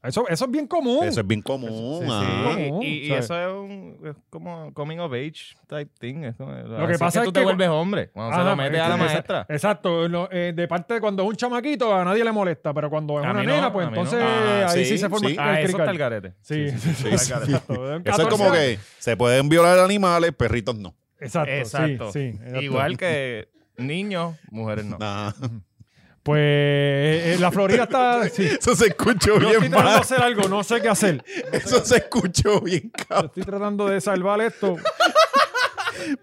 Eso, eso es bien común. Eso es bien Eso- común. sí, sí. ajá. Ah. Y, y- y ¿Sabes? eso es, un, es como coming of age type thing. es como- Lo así que pasa tú es te que- vuelves hombre cuando Ajá, se lo metes a la esa- maestra. Exacto. lo- eh, de parte de cuando es un chamaquito, a nadie le molesta, pero cuando es A una mí no, nena, pues a mí no. entonces Ah, ahí sí, sí, se forma sí. el Ah, eso crical. está el garete. Sí, sí, sí, sí, exacto. sí. En Eso es 14 como años- que se pueden violar animales, perritos no. Exacto, Exacto. sí, sí, exacto. Igual que niños, mujeres no. Ajá. Pues eh, eh, la Florida está... sí. Eso se escuchó Yo estoy bien tratando de mal. hacer algo, no sé qué hacer. Eso se escuchó bien, Yo cabrón. estoy tratando de salvar esto.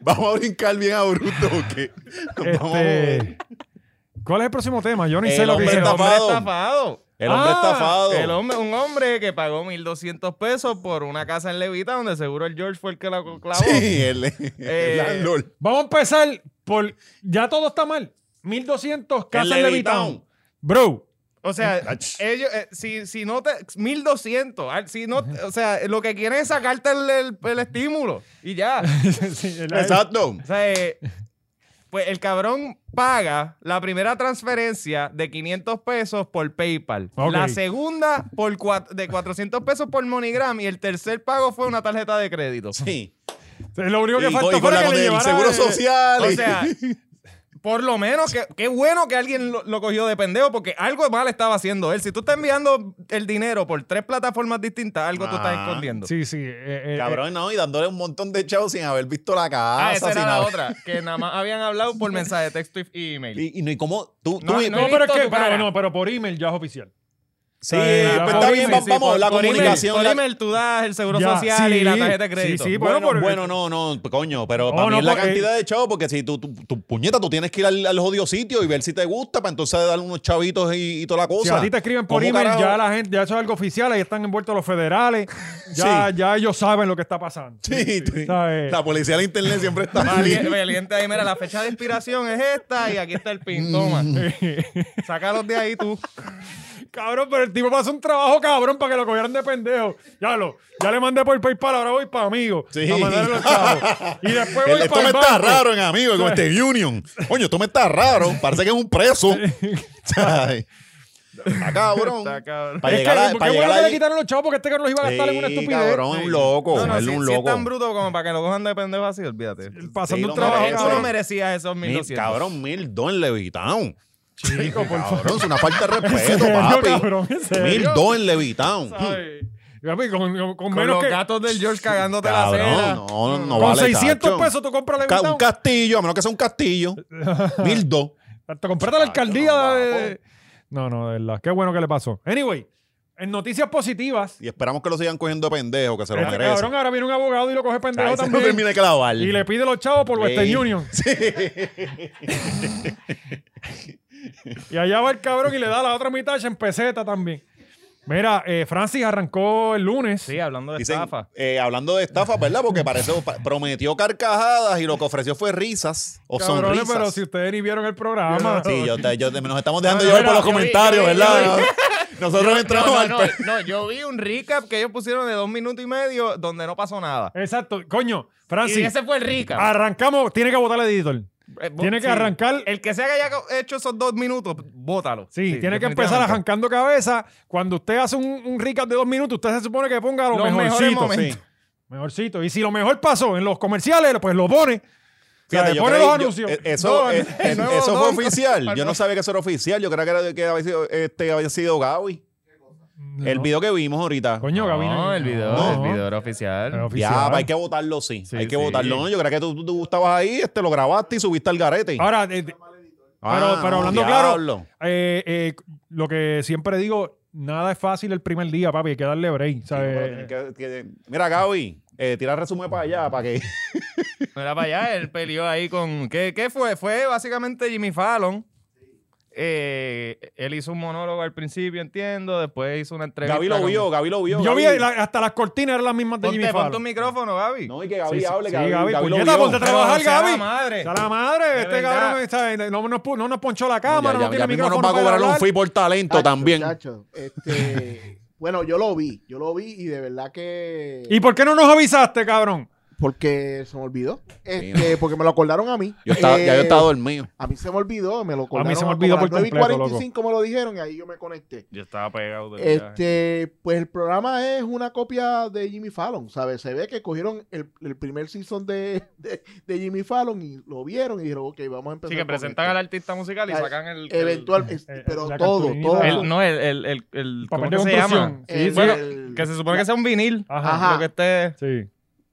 Vamos a brincar bien a bruto o qué. Vamos. Este, ¿Cuál es el próximo tema? Yo ni El sé lo que hombre hice. El hombre Estafado. estafado. El hombre Ah, estafado. El hombre, un hombre que pagó 1.200 pesos por una casa en Levita donde seguro el George fue el que la clavó. Sí, el, el Eh, landlord. Vamos a empezar por. Ya todo está mal. 1200 casas El en Levitown. Levitown. Bro. O sea, ellos, eh, si, si no te... 1.200. ah, Si no, te- o sea, lo que quieren es sacarte el, el- el estímulo. Y ya. Sí, el- Exacto. O sea, eh, pues el cabrón paga la primera transferencia de 500 pesos por PayPal. Ok. La segunda por cuat- de 400 pesos por MoneyGram. Y el tercer pago fue una tarjeta de crédito. Sí. Lo único que Y con- faltó y fue con la que con le el llevara seguro el- eh, social. O y- sea, por lo menos, que- qué bueno que alguien lo, lo cogió de pendejo porque algo mal estaba haciendo él. Si tú estás enviando el dinero por tres plataformas distintas, algo tú estás Ah, escondiendo. Sí, sí. eh, eh, Cabrón, no, y dándole un montón de chavos sin haber visto la casa. Ah, esa sin era la haber- otra, que nada más habían hablado por mensaje de texto y- y email. Y, y no, y cómo tú. No, tú- eh, no No, he pero es visto que. tu Pero, cara. no, pero por email ya es oficial. sí, eh, pues por está email, bien, sí, vamos, vamos, por- la por email. comunicación. Por la- email tú das el seguro Ya, social y sí, la tarjeta de crédito. sí, sí, Bueno, bueno, por- Bueno, no, no, coño, pero Oh, para mí no, es la porque- cantidad de chavos, porque si tú, tú, tú, puñeta, tú tienes que ir al, al jodido sitio y ver si te gusta, para entonces darle unos chavitos y, y toda la cosa. si a ti te escriben por ¿Cómo email, ya carajo? la gente, ya eso es algo oficial, ahí están envueltos los federales. Ya, ya ellos saben lo que está pasando. Sí, sí. ¿Sabes? La policía de internet siempre está vali- mal. valiente ahí, mira, la fecha de expiración es esta y aquí está el pin, toma. Mm. Sácalos de ahí tú. Cabrón, pero el tipo pasó un trabajo cabrón para que lo cogieran de pendejo. Ya lo, ya le mandé por PayPal, ahora voy para amigos. Sí. A mandarle los chavos. Y después voy El- esto para me el está banco. raro en amigo, con este Union. Coño, esto me está raro. Parece que es un preso. Ay, está cabrón. Está cabrón. Para es llegar que, a. ¿por Para qué llegar bueno a que le quitaron los chavos? Porque este que no los iba a gastar en una Sí, estupidez. cabrón, es un loco. No, no, él si, es un si es loco. tan bruto como para que lo cojan de pendejo así, olvídate. Pasando Sí, un lo trabajo merece. Tú no cabrón. merecías esos Mil- 1200. cabrón, mil dos en Levitown. Chico, por favor. Cabrón, es una falta de ¿En respeto, serio, papi. cabrón? ¿En serio? Mil dos en Levitown. Ay, papi, con, con- con Con menos los que... gatos del George cagándote la Cabrón, cena. no, no Con vale. 600 cacho. pesos tú compras la Ca- Un Levitown. castillo, a menos que sea un castillo. Mil dos. Te compraste la Chacho, alcaldía no, de... No, no, de verdad. Qué bueno que le pasó. Anyway, en noticias positivas... Y esperamos que lo sigan cogiendo de pendejo, que se lo Este merece. cabrón ahora viene un abogado y lo coge pendejo Ay, se lo también. termina de clavar. Y le pide los chavos por Western Sí. Union. Sí. Y allá va el cabrón y le da la otra mitad en peseta también. Mira, eh, Francis arrancó el lunes. Sí, hablando de Dicen, estafa. eh, hablando de estafa, ¿verdad? Porque parece pa- prometió carcajadas y lo que ofreció fue risas o Cabrones, sonrisas. pero si ustedes ni vieron el programa. Sí, yo, te- yo te- nos estamos dejando Ah, No, no, llevar por no, los yo vi- comentarios, yo vi- ¿verdad? yo Nosotros No, entramos no, al... no, pe- no, yo vi un Un recap que ellos pusieron de dos minutos y medio donde no pasó nada. Exacto. Coño, Y Francis, ese fue el rica. arrancamos. Tiene que votar el editor. Eh, bo- Tiene que sí. arrancar. El que se haya hecho esos dos minutos, bótalo. Sí, tiene que empezar definitivamente. arrancando cabeza. Cuando usted hace un, un recap de dos minutos, usted se supone que ponga lo Los mejores mejorcito. momentos. sí. Mejorcito. Y si lo mejor pasó en los comerciales, pues lo pone. Fíjate, O sea, yo pone creí- los yo- anuncios. eh, eso Don, eh, el eh, nuevo eso fue Don. oficial. Yo no sabía que eso era oficial. Yo creía que, era, que había sido, este, había sido Gaby. El No. video que vimos ahorita. Coño, Gabina. No, el video, No. el video era oficial. Era oficial. Ya, pa, hay que votarlo, sí. Sí, hay que sí. votarlo. No, yo creía que tú, tú- tú estabas ahí, este, lo grabaste y subiste al garete. Ahora, eh, pero, Ah, pero hablando diablo. claro, eh, eh, lo que siempre digo, nada es fácil el primer día, papi. Hay que darle break. ¿sabes? Pero tienes que- que- mira, Gaby, eh, tira el resumen para allá, para que... No era para allá, él peleó ahí con. ¿Qué, qué fue? Fue básicamente Jimmy Fallon. Eh, él hizo un monólogo al principio, entiendo. Después hizo una entrevista. Gaby lo con- vio, Gaby lo vio. Yo vi Gaby. la- hasta las cortinas eran las mismas de Ponte, Jimmy ponte Fallon. un micrófono, Gaby. No, y que Sí, Gaby sí, hable, sí, Gaby, Gaby, pues Gaby lo puñeta, vio. ponte a trabajar, Pero sea Gaby. la madre. Está la madre, De este verdad. cabrón está- no, nos pu- no nos ponchó la Ya- cámara, no ya- ya tiene mismo micrófono nos va a para cobrar un hablar. fee por talento Chacho, también. chacho, este, bueno, yo lo vi, yo lo vi y de verdad que... ¿Y por qué no nos avisaste, cabrón? Porque se me olvidó. Este, porque me lo acordaron a mí. Yo estaba, ya yo Eh, estaba dormido. A mí se me olvidó, me lo acordaron. se me olvidó como por a las completo, 9:45 me lo dijeron y ahí yo me conecté. Yo estaba pegado de Este, pues el programa es una copia de Jimmy Fallon, ¿sabes? Se ve que cogieron el, el primer season de, de, de Jimmy Fallon y lo vieron y dijeron, ok, vamos a empezar. Sí, que con presentan esto". al artista musical y Ay, sacan el. el- Eventual, es- eh, pero la todo, cartulina. todo. Eh, el- no, el. el, el, el- Papel ¿Cómo de que se llama? construcción. El- Sí, bueno, el- que se supone que sea un vinil. Ajá. Ajá. Lo que esté. Sí.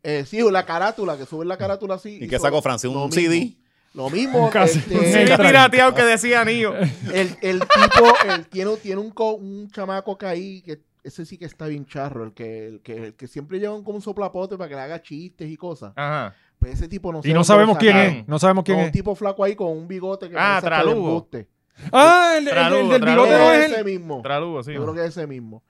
Eh, sí, o la carátula, que suben la carátula así. ¿Y qué hizo sacó Francis? lo ¿Un mismo. CD? Lo mismo. Casi. este, Un Sí, CD. pirateado que decía Nio. el, el tipo el, tiene, tiene un, co- un chamaco que ahí, que ese sí que está bien charro, el que, el que, el que siempre llevan como un soplapote para que le haga chistes y cosas. Ajá. Pues ese tipo no sé Y no dónde sabemos lo quién sacaron. es. No sabemos quién No, un es. tipo flaco ahí con un bigote que Ah, parece hasta de Tralugo. embuste. Ah, el, el- el Tralugo, del bigote no tralugo. Yo creo es que el. ese mismo. Tralugo, sí. Yo creo que es ese mismo.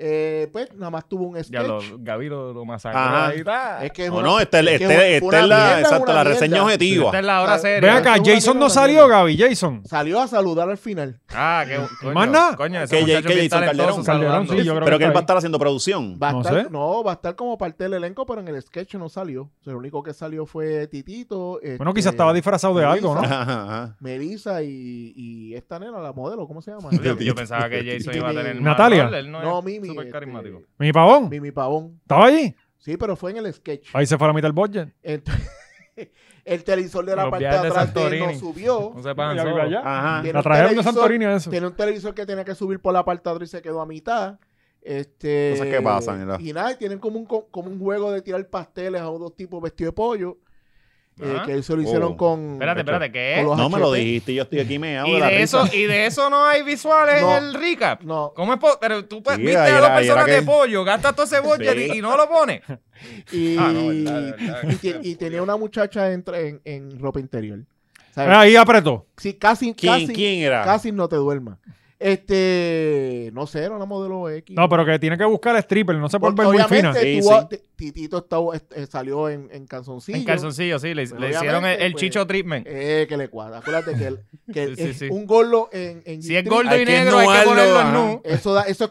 Eh, pues nada más tuvo un sketch. Ya lo, Gaby lo, lo masacró Ajá. ahí. ta. Es que es No, una- no, esta es es que es una- este- una esta es mierda, la es exacto, una la reseña mierda. objetiva. Esta es la hora O sea, seria. Ven acá, Seguro Jason que no no salió, salió. Gaby. Jason. Salió a saludar al final. Ah, qué coño, Más nada. Coño, ese Que Jay- muchacho que bien Jason talentoso Calderón, Calderón, saludando. sí, yo creo Pero que él está va a ahí. estar haciendo producción. Va a No estar, sé. no, va a estar como parte del elenco, pero en el sketch no salió. O sea, lo único que salió fue Titito. este, Bueno, quizás estaba disfrazado de algo, ¿no? Ajá, ajá. Melissa y, y esta nena, la modelo, ¿cómo se llama? Yo, yo pensaba que Jason iba a tener más Natalia. rol, Él no, No, es Mimi. Súper este, carismático. Mi pavón. Mimi Pavón. ¿Estaba allí? Sí, pero fue en el sketch. Ahí se fue a la mitad del budget. Entonces, el televisor de la Los parte de viajes de atrás de él no Santorini. subió. No se Ya pagan vive solo. allá. Ajá. Tiene La un trajeron de televisor- Santorini a eso. Tiene un televisor que tenía que subir por la parte de atrás y se quedó a mitad. Este, Cosas que pasan, ¿verdad? Y nada, y tienen como un, co- como un juego de tirar pasteles a unos tipos vestidos de pollo. eh, Ajá. que eso lo hicieron Oh. con. Espérate, espérate, ¿qué con los No me lo HP. dijiste, yo estoy aquí meado ¿Y la de, eso, risa. y de eso no hay visuales No. en el recap. No, ¿Cómo es po- Pero tú pues, Sí, viste ahí a era- dos ahí era personas de que- pollo, gastas todo ese budget Sí. y, y no lo pones. y, Ah, no, verdad, verdad. y te- y tenía una muchacha en, tra- en, en ropa interior. ¿Sabes? Ah, Eh, Ahí apretó. Sí, casi, ¿Quién, casi, quién era? casi no te duermas. Este, no sé, era una modelo X. No, pero que tiene que buscar stripper. No Pues se puede Porque ver muy fina. obviamente Sí, tú vas- sí. te- Titito estaba- est- eh, salió en, en calzoncillo. En calzoncillo, sí, le, le Obviamente, hicieron el, el pues. chicho treatment. Eh, que le cuadra. Acuérdate que, el- que Sí, sí, es sí. un gordo en, en Si es G-Street, gordo Hay y que negro, hay que ennuarlo, ponerlo en ajá. nu. Eso, da, eso es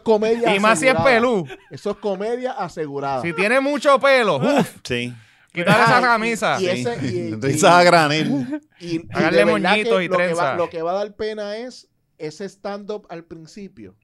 comedia Y más si es asegurada. pelú. Eso es comedia asegurada. Si tiene mucho pelo, uf, Sí. quitar esa Ay, y- camisa. y ese- y- y- Risas a granel. Y, y de Háganle verdad que moñitos y lo que, trenza. va, lo que va a dar pena es ese stand-up al principio.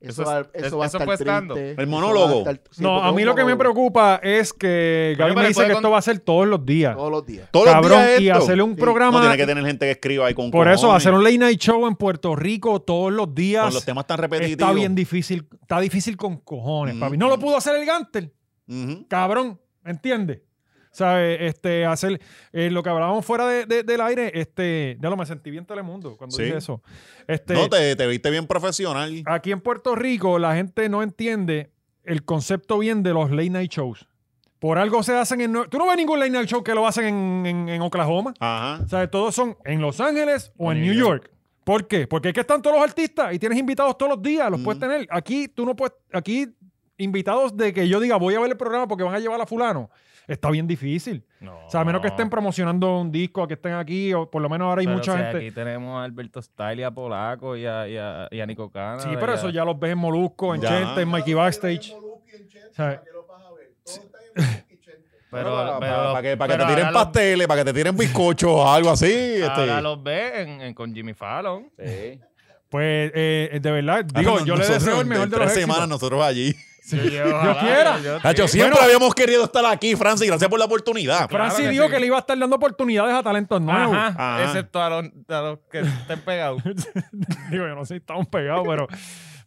Eso, Eso es- va, a- eso va a eso estar fue stand-up. triste. El Eso monólogo. va a estar- sí, No, porque a es mí un lo que me monólogo preocupa es que Bueno, Gaby me pero dice puede que con- esto va a ser todos los días. Todos los días. Todos Cabrón, los días y esto. hacerle un Sí. No programa. tiene que tener gente que escriba ahí con Por eso, cojones, hacer un late night show en Puerto Rico todos los días. Con los temas tan repetitivos. Está bien difícil, está difícil con cojones, Mm. papi. No lo pudo hacer el Gantel, Ujú. cabrón, ¿entiendes? ¿Sabes? Este, hacer eh, lo que hablábamos fuera de- de- del aire, este, ya lo me sentí bien Telemundo cuando Sí. dije eso. Este, No, te, te viste bien profesional. Aquí en Puerto Rico la gente no entiende el concepto bien de los late night shows. Por algo se hacen en... Nue- Tú no ves ningún late night show que lo hacen en, en- en Oklahoma. Ajá. O sea, todos son en Los Ángeles o en New York. ¿Por qué? Porque es que están todos los artistas y tienes invitados todos los días, los puedes tener. Aquí tú no puedes, aquí invitados de que yo diga voy a ver el programa porque van a llevar a fulano. Está bien difícil. No. O sea, a menos que estén promocionando un disco, a que estén aquí, o por lo menos ahora hay Pero, mucha o sea, gente. Aquí tenemos a Alberto Style, y a Polaco y a, y a, y a Nico Cana. Sí, pero eso ya los ves en Molusco, en Ya. Chente, en Mikey Backstage. ¿Sabes? Pero, para, para- pero- para que, para que pero te tiren ahora los- pasteles, para que te tiren bizcochos o algo así. Ahora este. los ve en- en- con Jimmy Fallon. Pues, eh, de verdad, digo, Ahora yo le Ah, nosotros deseo el en mejor de tres los semanas éxitos. nosotros allí. Yo, Dios quiera. Ah, Nacho, siempre habíamos querido estar aquí, Francis. Gracias por la oportunidad. Claro Francis que dijo sí. que le iba a estar dando oportunidades a talentos nuevos. Ajá, Ajá. excepto a los, a los que estén pegados. Digo, yo no sé si estamos pegados, pero.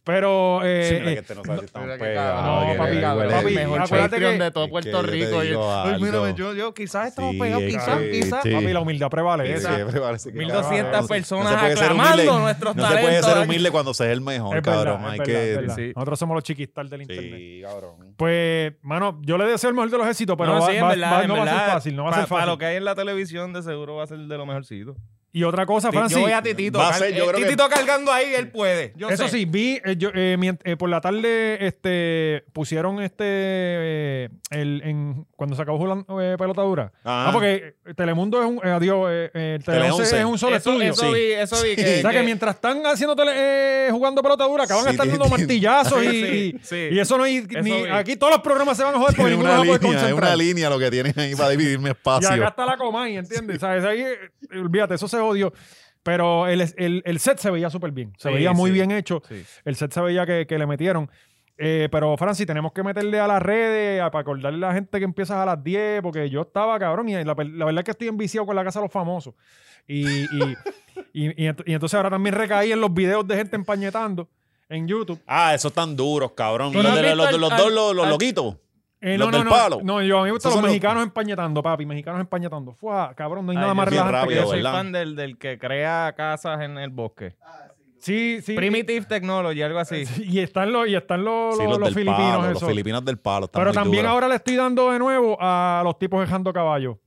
Pero. eh, Sí, mira eh, que este no sabe si estamos Mira que pegados, cabrón. No, que papi, huele- cabrón, huele- papi, mejor acuérdate chiste. Patreon de todo Es Puerto que yo te Rico. y- digo Ay, mírame, algo. yo, yo quizás estamos Sí, pegados, es que- quizás, quizás. sí. papi, la humildad prevalece. Sí, siempre parece que- 1200 cabrón, no se- personas se puede ser aclamando humilde. nuestros No se puede talentos ser aquí. humilde cuando se es el mejor, Es verdad, cabrón. es Hay verdad, es que. verdad. sí. Nosotros somos los chiquistas del internet. Sí, cabrón. Pues, mano, yo le deseo el mejor de los éxitos, pero no, va- sí, en va- verdad, va- en no va a ser verdad, fácil, no va a pa- ser Para lo fácil. que hay en la televisión, de seguro va a ser de lo mejorcito. Y otra cosa, Francis. Yo voy a Titito. Va a cal- ser, yo eh, creo que- Titito cargando ahí, él puede. Yo Eso sé. sí, vi, eh, yo, eh, mient- eh, por la tarde este, pusieron este, eh, el, en, cuando se acabó jugando pelota dura. Ajá. Ah, porque eh, Telemundo es un, eh, adiós, eh, eh, el Tele Tele 11 11. es un solo eso, estudio. Eso vi, eso vi. Que, o sea que que- mientras están haciendo tele- eh, jugando pelota dura, acaban de Sí, estar tiene- dando martillazos y, Sí, sí, sí. y eso no hay, Eso ni- vi. aquí todos los programas se van a joder porque Tiene ninguno una se puede línea, es una concentrar. línea lo que tienen ahí para dividir mi Y acá espacio. está la Comay, ¿entiendes? O sea, es ahí, eh, olvídate, eso se odió. Pero el, el- el set se veía súper bien. Se Sí, veía muy sí. bien hecho. Sí. El set se veía que, que le metieron. Eh, pero, Francis, tenemos que meterle a las redes a- para acordarle a la gente que empiezas a las 10, porque yo estaba cabrón y la, per- la verdad es que estoy enviciado con la casa de los famosos. Y, y, y- y ent- y entonces ahora también recaí en los videos de gente empañetando en YouTube. Ah, esos tan duros, cabrón. ¿Tú no Los, has de- los- visto los al- dos, los, los al- loquitos. Eh, Los no, no, del no, palo. no, yo a mí me gustan Esos los son los- mexicanos empañetando, papi, mexicanos empañetando. Fua, cabrón, no hay Ay, nada yo más soy bien relajante que rápido, Yo eso. ¿verdad? soy fan del, del que crea casas en el bosque. Sí, sí. Primitive Technology, algo así. Y están los, y están los, Sí, los- los, los del filipinos, palo, eso. los filipinos del palo. están Pero muy también duros. ahora le estoy dando de nuevo a los tipos dejando caballo.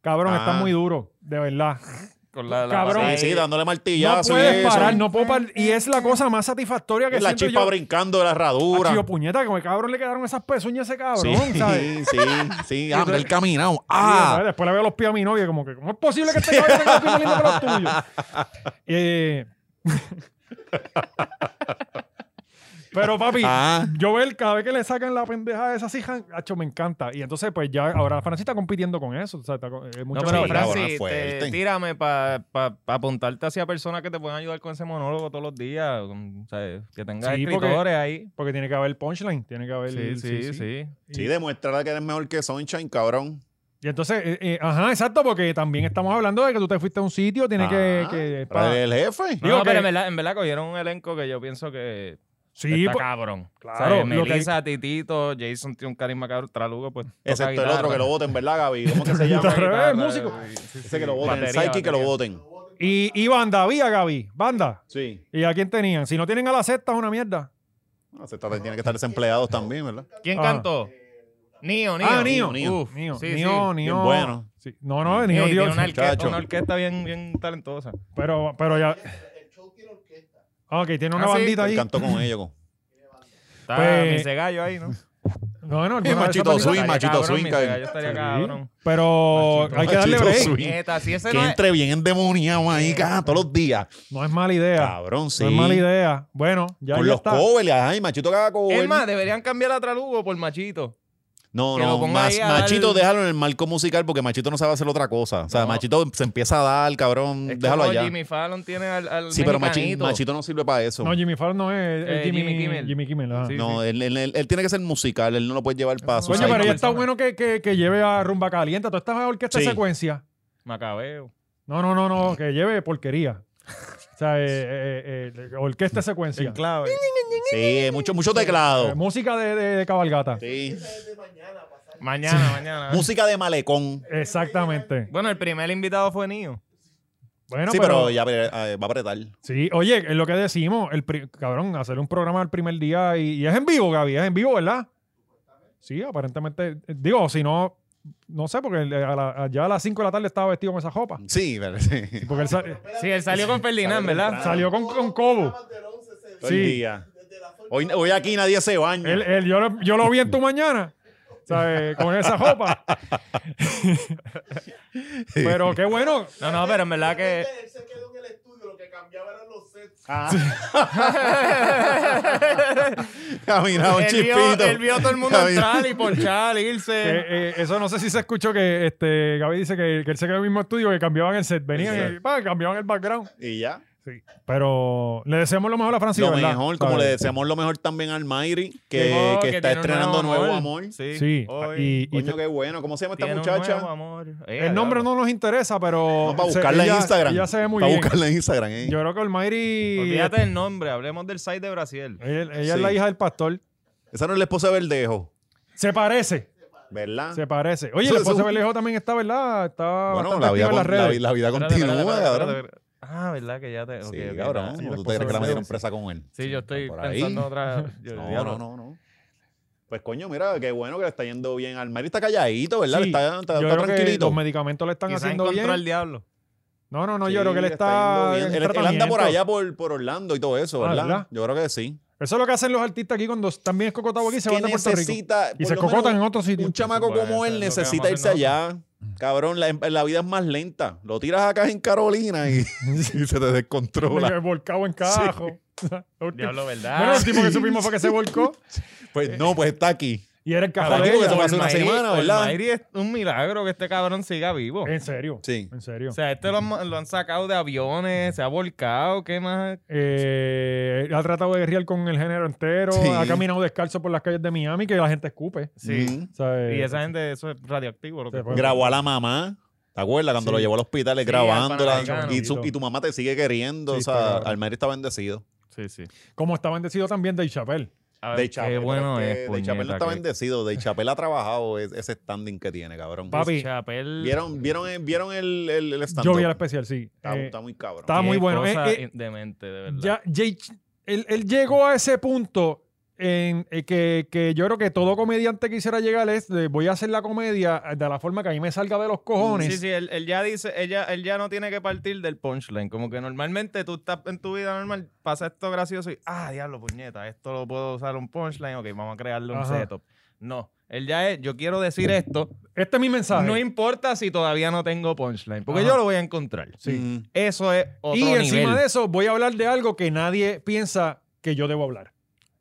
Cabrón, Ah. están muy duros, de verdad. Con la, la Cabrón. pata ahí. Sí, sí, dándole No martillazo. y puedes eso. parar, no puedo parar. Y es la cosa más satisfactoria que La siento chispa yo. brincando de la herradura. Achi, yo, puñeta, como el cabrón le quedaron esas pezuñas a ese Sí, cabrón, ¿sabes? sí, sí. Ah, hombre, el caminado. Sí, Ah, Después le veo los pies a mi novia, como que, ¿cómo es posible que este cabrón tenga los pies más lindos que los tuyos? Eh, Pero papi, ah. Yo ver cada vez que le sacan la pendeja esa hija, hacho, me encanta. Y entonces, pues ya ahora Francia está compitiendo con eso. O sea, está, con- eh, No, mucha pero Sí, gente- cabrón, Francis, fuerte. te- tírame para apuntarte hacia personas que te puedan ayudar con ese monólogo todos los días. con- ¿sabes? Que tengas Sí, porque- escritores ahí. Porque tiene que haber punchline, tiene que haber. Sí, sí, sí. Sí, demuéstrala que eres mejor que Sunshine, cabrón. Y entonces, eh, eh, ajá, exacto, porque también estamos hablando de que tú te fuiste a un sitio, tiene que. Ah, que- Pero pa- el jefe. No, Digo pero que- en verdad, en verdad cogieron un elenco que yo pienso que sí, pues, está po- cabrón. claro, Claro, lo que- Melissa, Titito, Jason tiene un carisma cabrón, Tralugo, pues toca Excepto el guitarra. otro que lo voten, ¿verdad, Gaby? ¿Cómo que se Al llama? revés, guitarra, músico. sí, sí, Ese que lo sí. voten. Batería, el Psyche que lo batería. voten. Y, y banda, había Gaby, banda. Sí. ¿Y a quién tenían? Si no tienen a la sexta, es una mierda. No, se está- tienen que estar desempleados también, ¿verdad? ¿Quién Ah. cantó? Nio, Nio. ah, Nio. Nio. Uf, Nio, Sí, Nio, Nio. sí. Bien bueno. Sí. No, no, Nio, y Nio, Eh, tiene Dios. una orquesta, muchacho. una orquesta bien, bien talentosa. Pero, pero ya. Ok, tiene una Ah, sí. bandita Él ahí. cantó con ellos. con- Está Pues- mi cegallo ahí, ¿no? No, no, Y alguna vez Machito esa bandita- Swing, Estaría Machito cabrón, Swing, mi cabrón. cegallo estaría Sí, cabrón. Pero Machito hay que darle Machito break. Swing. Nieta, si ese Ah, Que no es- entre bien endemoniado ahí, cada- todos los días. No es mala idea. Cabrón, sí. No es mala idea. Bueno, ya, Con ya los está. covers, ay, machito que haga cover. Es más, deberían cambiar a Tralugo por Machito. No, Que lo no, ponga Mas- ahí a dar- Machito déjalo en el marco musical porque Machito no sabe hacer otra cosa. O sea, No. Machito se empieza a dar, cabrón, Es déjalo como allá. Jimmy Fallon tiene al, al Sí, pero Machi- mexicanito. Machito no sirve para eso. No, Jimmy Fallon no es, es Eh, Jimmy, Jimmy Kimmel. Jimmy Kimmel, ajá. Sí. No, él, él- él- él tiene que ser musical, él no lo puede llevar para su Coño, side pero ya gig. está bueno que, que, que lleve a Rumba Caliente, a toda esta orquesta de Sí. secuencia. Macabeo. No, no, no, no, que lleve porquería. O sea, eh, eh, eh, eh, orquesta de secuencia. clave. Sí, mucho, mucho teclado. Eh, música de, de- de cabalgata. Sí. Mañana, mañana. Ah. Música de malecón. Exactamente. Bueno, el primer invitado fue Nio. Bueno, sí, pero, pero, ya eh, va a apretar. Sí, oye, es lo que decimos, el pri- cabrón, hacer un programa el primer día y, y es en vivo, Gaby, es en vivo, ¿verdad? Sí, aparentemente, eh, digo, si no, no sé, porque el- a la- ya a las 5 de la tarde estaba vestido con esa ropa. Sí, pero sí. Porque él sa- eh, Sí, él salió con Ferdinand, ¿verdad? salió con, con Cobo. Todo Sí. el día. Hoy, hoy aquí nadie se baña. Él- él- yo, lo, yo lo vi en tu mañana, ¿sabes? Con esa ropa. Pero qué bueno. No, no, pero en verdad que. Él se quedó en el estudio, lo que cambiaba eran los sets. Ah. Caminaba Ah, un él, vio, chispito. Ah, él vio a todo el mundo Caminaba- entrar y ponchar, que, irse. eh, eso no sé si se escuchó que este Gaby dice que, que él se quedó en el mismo estudio, que cambiaban el set, venían y pa, cambiaban el background. Y ya. Pero le deseamos lo mejor a Francis. lo ¿verdad? mejor, como le ¿Sabes? deseamos lo mejor también al Mayri, que, Llegó, que está tiene un estrenando nuevo amor. Sí. Sí, Ah, Hoy y- y, Coño, qué bueno. ¿Cómo se llama esta tiene un nuevo muchacha? amor. El nombre no nos interesa, pero. No, para se- buscarla en ella- Instagram. Ella se ve muy para bien. buscarla en Instagram. eh. Yo creo que Olmairi. Olvídate del nombre, hablemos del site de Brasil. Ella, ella Sí. es la hija del pastor. Esa no es la esposa de Verdejo, Se parece, Ah. ¿verdad? se parece. Oye, Eso- la esposa eso- de Belejo también está, ¿verdad? Está Bueno, bastante la vida, activa en las con- la, redes. vi- la vida Espérate, espérate, continúa, espérate, cabrón. espérate. Ah, ¿verdad? Que ya te. ok, Sí, ok, cabrón. ya, sí, ¿no? la ¿Tú te crees que esposa la me de- dieron presa con él? Sí, yo estoy Por ahí. pensando otra. yo- No, no, diablo. no, no. Pues coño, mira, qué bueno que le está yendo bien. Al Mayri está calladito, ¿verdad? Le Sí, está, yo está- está creo que tranquilito. los medicamentos le están Quizás haciendo encontró bien. al diablo. No, no, no, Sí, yo creo que él le está. yendo bien. en Él, él anda por tratamiento. allá, por, por Orlando y todo eso, Ah, ¿verdad? ¿verdad? Yo creo que sí. Eso es lo que hacen los artistas aquí cuando también es cocotado aquí, se ¿Qué van de Puerto Rico. necesita? Y Por se lo cocotan en menos otro sitio. Un chamaco Bueno, como Pues, eso él es lo que necesita vamos irse allá. Cabrón, la, la vida es más lenta. Lo tiras acá en Carolina y, y se te descontrola. Mira, Volcado en cajo. Lo último- Diablo, ¿verdad? Bueno, el último Ah. que supimos fue que se volcó eh, Pues no, pues está aquí. y era el cajo Cabrón, de eso ella. fue hace una Olmairi- semana, ¿verdad? Olmairi es un milagro que este cabrón siga vivo. En serio. Sí. En serio. O sea, este lo, han- lo han sacado de aviones, se ha volcado, ¿qué más? Eh, ha tratado de guerrear con el género entero. Sí. Ha caminado descalzo por las calles de Miami que la gente escupe. Sí. Mm. O sea, eh, Y esa gente, eso es radioactivo. Lo que se fue. Grabó a la mamá. ¿Te acuerdas? Cuando Sí. lo llevó al hospital, Sí, al grabándola. Panamericano. Y, su- y tu mamá te sigue queriendo. Sí, o está sea, cabrón. Almeri está bendecido. Sí, sí. Como está bendecido también de Chappelle. A De qué Chapel. bueno pero es, que De Chapel no puñeta, está que- bendecido. De Chapel ha trabajado es- ese standing que tiene, cabrón. Papi, De Chapel- ¿Vieron, vieron, el- vieron el, el, el stand-up? Yo vi el especial, sí. Está, Eh, está muy cabrón. está muy qué bueno. Eh, cosa eh, demente, de verdad. ya, Jay- él, él llegó a ese punto en eh, que, que yo creo que todo comediante quisiera llegar es de, voy a hacer la comedia de la forma que a mí me salga de los cojones. Sí, sí, él, él ya dice, ella, él ya no tiene que partir del punchline. Como que normalmente tú estás en tu vida normal, pasa esto gracioso y, ah, diablo, puñeta, esto lo puedo usar un punchline, ok, vamos a crearle un Ajá. setup. No, él ya es, yo quiero decir esto, Este es mi mensaje. no importa si todavía no tengo punchline, porque Ajá. yo lo voy a encontrar. Mm. Eso es otro y encima nivel. de eso, voy a hablar de algo que nadie piensa que yo debo hablar.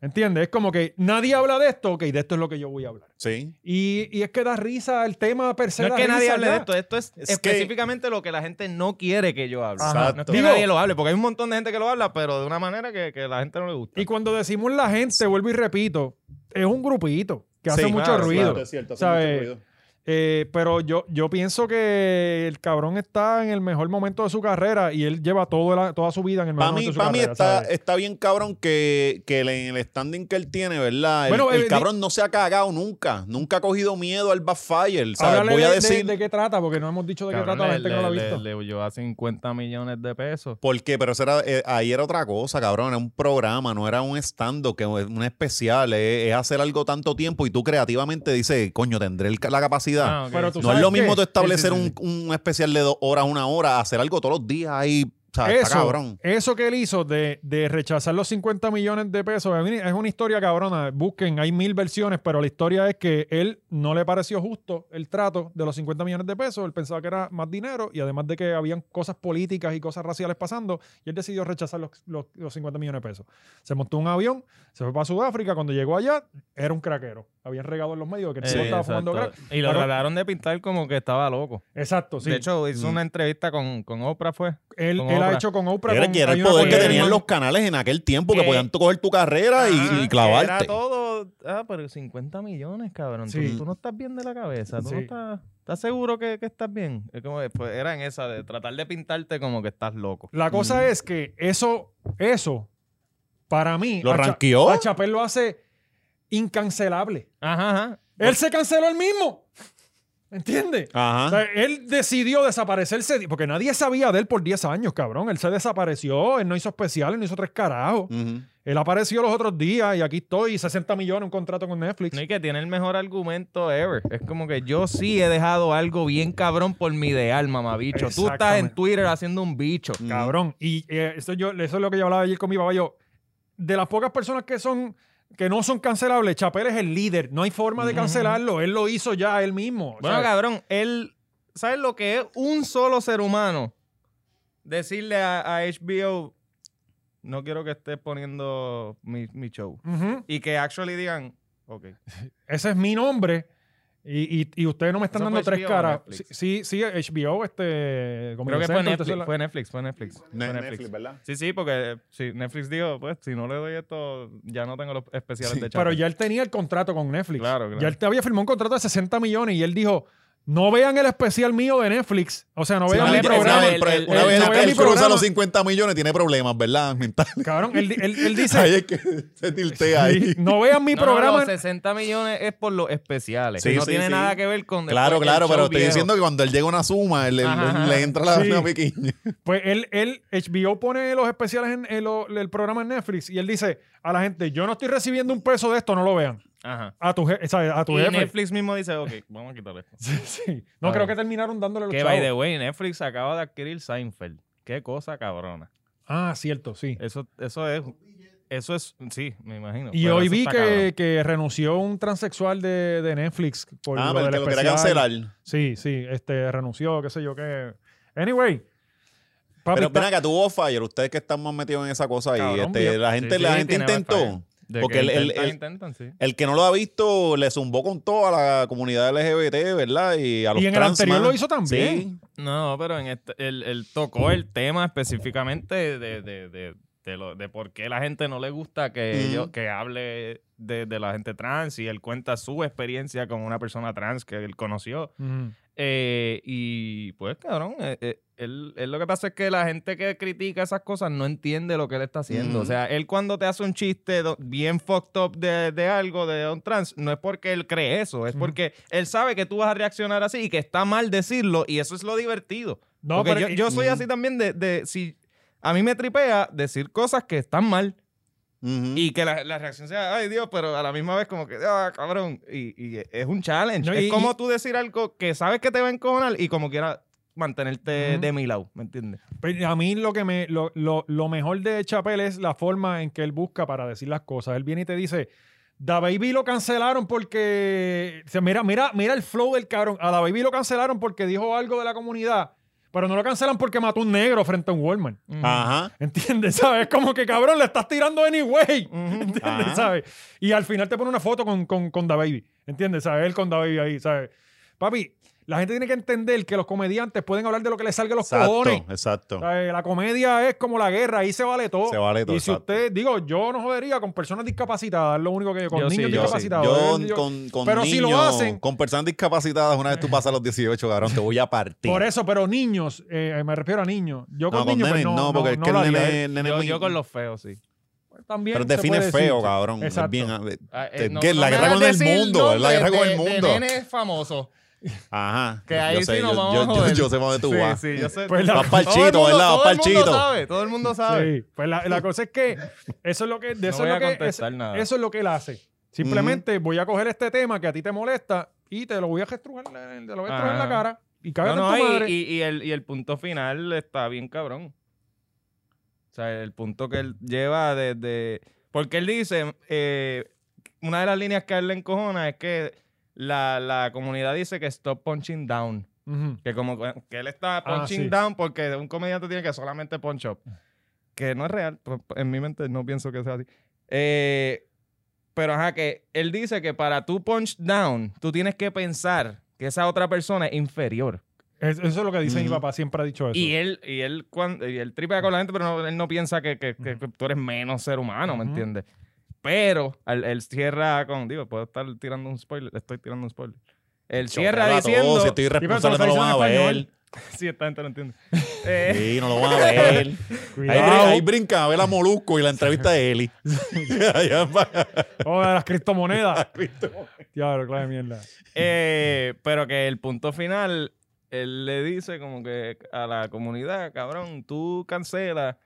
¿Entiendes? Es como que nadie habla de esto, ok, de esto es lo que yo voy a hablar. Sí. Y, y es que da risa el tema per se. No es da que nadie risa, hable ya. de esto, esto es, Es que- específicamente lo que la gente no quiere que yo hable. Ajá. No es que Exacto. Digo- nadie lo hable, porque hay un montón de gente que lo habla, pero de una manera que, que la gente no le gusta. Y cuando decimos la gente, vuelvo y repito, es un grupito que hace Sí, mucho claro, ruido. claro. Es cierto, hace ¿Sabe? mucho ruido. Eh, pero yo, yo pienso que el cabrón está en el mejor momento de su carrera y él lleva todo la- toda su vida en el mejor Para mí, momento de su pa' mí carrera. está, ¿sabes? está bien cabrón que, que el- en el standing que él tiene, ¿verdad? El, Bueno, el eh, cabrón no se ha cagado nunca. Nunca ha cogido miedo al backfire. ¿sabes? Háblale Voy a de- de- decir de, qué trata, porque no hemos dicho de qué Cabrón, trata la gente que no lo ha visto. le huyó a 50 millones de pesos. por qué, pero eso era, eh, ahí era otra cosa, cabrón. Era un programa, no era un stand-up, que es un especial. Es, es hacer algo tanto tiempo y tú creativamente dices, coño, tendré el- la capacidad. Ah, ok. Pero tú No es sabes lo qué? mismo tú Sí, sí, establecer sí, sí. Un, un especial de dos horas, una hora, hacer algo todos los días ahí. O sea, está Eso, cabrón. eso que él hizo de, de rechazar los 50 millones de pesos es una- es una historia cabrona. Busquen, hay mil versiones, pero la historia es que él no le pareció justo el trato de los 50 millones de pesos. Él pensaba que era más dinero y además de que habían cosas políticas y cosas raciales pasando, y él decidió rechazar los, los- los 50 millones de pesos. Se montó un avión, se fue para Sudáfrica. Cuando llegó allá, era un craquero. Habían regado en los medios que el Sí, tipo estaba fumando exacto. crack. Y lo Pero- trataron de pintar como que estaba loco. Exacto, sí. De hecho, hizo Mm. una entrevista con, con Oprah, fue. él, con él ha Oprah. hecho con Oprah. Era con- que era hay el una poder que con tenían Letterman. los canales en aquel tiempo, que Que- podían coger tu carrera Ah, y- Ajá, y, Ah, que Era clavarte. todo. Ah, pero 50 millones, cabrón. Tú- Sí. Tú, no estás bien de la cabeza. Tú Sí. no estás. ¿Estás seguro que, que estás bien? Es como, pues, era en esa de tratar de pintarte como que estás loco. La cosa Mm. es que eso, eso, para mí. ¿Lo a Cha- ranqueó? A Chapel lo hace incancelable. Ajá, ajá. Él se canceló el mismo. ¿Entiendes? O Ajá. sea, él decidió desaparecerse porque nadie sabía de él por 10 años, cabrón. Él se desapareció, él no hizo especiales, no hizo tres carajos. Ujú. Él apareció los otros días y aquí estoy, 60 millones, un contrato con Netflix. No, y que tiene el mejor argumento ever. Es como que yo sí he dejado algo bien cabrón por mi ideal, mamabicho. Tú estás en Exactamente. Twitter haciendo un bicho. Ujú. Cabrón. Y eh, eso, yo, eso es lo que yo hablaba ayer con mi papá. Yo, de las pocas personas que son que no son cancelables, Chapel es el líder. No hay forma de cancelarlo. Él lo hizo ya él mismo. O Bueno, sea, cabrón, él. ¿Sabes lo que es un solo ser humano? Decirle a, a HBO, no quiero que estés poniendo mi, mi show. ujú. Y que actually digan, ok. Ese es mi nombre. Y, y, y ustedes no me están ¿Eso dando fue tres HBO o caras. Sí, Netflix? sí, sí, HBO, este. Comedy Creo que fue Central, entonces Netflix, la- fue Netflix, fue Netflix. fue Ne- Netflix. Sí, sí, porque eh, sí, Netflix dijo, pues si no le doy esto, ya no tengo los especiales de Chappell. Pero ya él tenía el contrato con Netflix. Claro, claro. Ya él te había firmado un contrato de 60 millones y él dijo, no vean el especial mío de Netflix. O sea, no Sí, vean una mi vez- programa. una vez- el- una el- el- vez no vean mi él cruza programa. los 50 millones, tiene problemas, ¿verdad? Mentales. Cabrón, él, él- él dice, Ahí es que se tiltea ahí. no vean mi No, no, programa. los 60 millones es por los especiales. Sí, no sí, tiene sí. nada que ver con. Claro, después del claro, show pero estoy viejo. diciendo que cuando él llega a una suma, él- él- Ajá, ajá. le entra la Sí. una piquiña. Pues él, él, HBO pone los especiales en, en lo- el programa en Netflix y él dice a la gente, yo no estoy recibiendo un peso de esto, no lo vean. Ajá. A tu, je- o sea, a tu Y jefe. Netflix mismo dice, ok, vamos a quitar esto. Sí, sí. No, Ah. creo que terminaron dándole los que by the chavos. way, Netflix acaba de adquirir Seinfeld. Qué cosa cabrona. Ah, cierto, sí. Eso, eso es. Eso es. Sí, me imagino. Y pero hoy eso vi está cabrón. que, que renunció un transexual de, de Netflix por Ah, lo pero del que lo quería especial. cancelar. Sí, sí, este, renunció, qué sé yo qué. Anyway, papi, Pero está- espera, que tuvo fire. Ustedes que están más metidos en esa cosa ahí. Cabrón, este, bien. la gente, Sí, la sí, gente tiene intentó. bastante. De porque que el- el- intentan, el- intentan, sí. El que no lo ha visto le zumbó con toda la comunidad LGBT, ¿verdad? Y a los Y en el trans, anterior man. lo hizo también. Sí. No, pero en este, él, él tocó el tema específicamente de, de, de, de lo- de por qué la gente no le gusta que, Mm. ellos- que hable de, de la gente trans y él cuenta su experiencia con una persona trans que él conoció. Ujú. Eh, y pues, cabrón, eh, eh, él, él lo que pasa es que la gente que critica esas cosas no entiende lo que él está haciendo. Ujú. O sea, él cuando te hace un chiste do- bien fucked up de, de algo, de un trans, no es porque él cree eso, es Ujú. porque él sabe que tú vas a reaccionar así y que está mal decirlo y eso es lo divertido. No, Porque pero yo, yo soy así también de, de si a mí me tripea decir cosas que están mal Ujú. y que la, la reacción sea, ay Dios, pero a la misma vez como que, ah, cabrón, y, y es un challenge. No, es y- como y- tú decir algo que sabes que te va a encojonar y como quiera mantenerte Ujú. de mi lado, ¿me entiendes? Pero a mí lo que me lo, lo- lo mejor de Chapel es la forma en que él busca para decir las cosas. Él viene y te dice, Da Baby lo cancelaron porque o sea, mira, mira, mira el flow del cabrón. A Da Baby lo cancelaron porque dijo algo de la comunidad, pero no lo cancelan porque mató un negro frente a un Walmart. Mm. Ajá. ¿Entiendes? ¿Sabes? Como que cabrón, le estás tirando anyway. Ujú. ¿Entiendes? Ah. ¿Sabes? Y al final te pone una foto con, con, con Da Baby. ¿Entiendes? ¿Sabes? Él con Da Baby ahí, ¿sabes? Papi, la gente tiene que entender que los comediantes pueden hablar de lo que les salga a los Exacto, cojones. exacto. ¿Sabes? eh, La comedia es como la guerra, ahí se vale todo. Se vale todo, Y si exacto. usted, digo, yo no jodería con personas discapacitadas, lo único que con Yo sí, niños yo sí. discapacitados. Yo eh, Yo- con, con pero si niños, lo hacen, con personas discapacitadas, una vez tú pasas los 18, cabrón, te voy a partir. por eso, pero niños, eh, me refiero a niños. Yo con no, con niños, pues, nenes no, no, porque es no que lo el haría. Pues nene, el nene Yo, muy- yo con los feos, sí. También Pero se define puede feo, decir. cabrón. Es Exacto. bien, eh, Ah, Te- eh, que es la me guerra hagas con el decir mundo, nombres es la guerra con el de- mundo. De nenes famosos. ajá. Que ahí yo sé, sí nos yo, vamos yo, a yo- joder. yo sé más de tú vas. Sí, sí, yo sé. Pues la- Vas pa'l Todo el chito, mundo- ¿verdad? Vas Todo el pa'l mundo chito. sabe, todo el mundo sabe. Sí, pues la, la cosa es que eso es lo que, de No eso, voy es a lo que contestar es- nada. eso es lo que él hace. Simplemente voy a coger este tema que a ti te molesta y te lo voy a estrujar, en- te lo voy a estrujar en la Ah. cara y No, cágate no, en tu y- madre. Y, y el, y el punto final está bien cabrón. O sea, el punto que él lleva desde... Porque él dice, eh, una de las líneas que a él le encojona es que la, la comunidad dice que stop punching down. Ujú. Que como que que él está Ah, punching sí. down porque un comediante tiene que solamente punch up. Que no es real. pero En mi mente no pienso que sea así. Eh, pero ajá, que él dice que para tú punch down, tú tienes que pensar que esa otra persona es inferior. Es- Eso es lo que dice mi Ujú. papá, siempre ha dicho eso. Y él, y él, cuando, y él tripea con la gente, pero no- él no piensa que, que- que- que tú eres menos ser humano, ¿me Ujú. entiendes? Pero al- él, cierra con, digo, puedo estar tirando un spoiler, estoy tirando un spoiler. Él cierra Chócala todo, diciendo, Si estoy Sí, pero te lo responsable, está no lo van a diciendo en ver. español. sí, esta gente no entiende. Eh, Sí, no lo van a ver. Ahí, brin- Cuidado. ahí brinca, ve la Molusco y la entrevista de Eli. Allá va. Oh, de las criptomonedas. Diablo, claro, mierda. eh, pero que el punto final, él le dice como que a la comunidad, cabrón, tú cancelas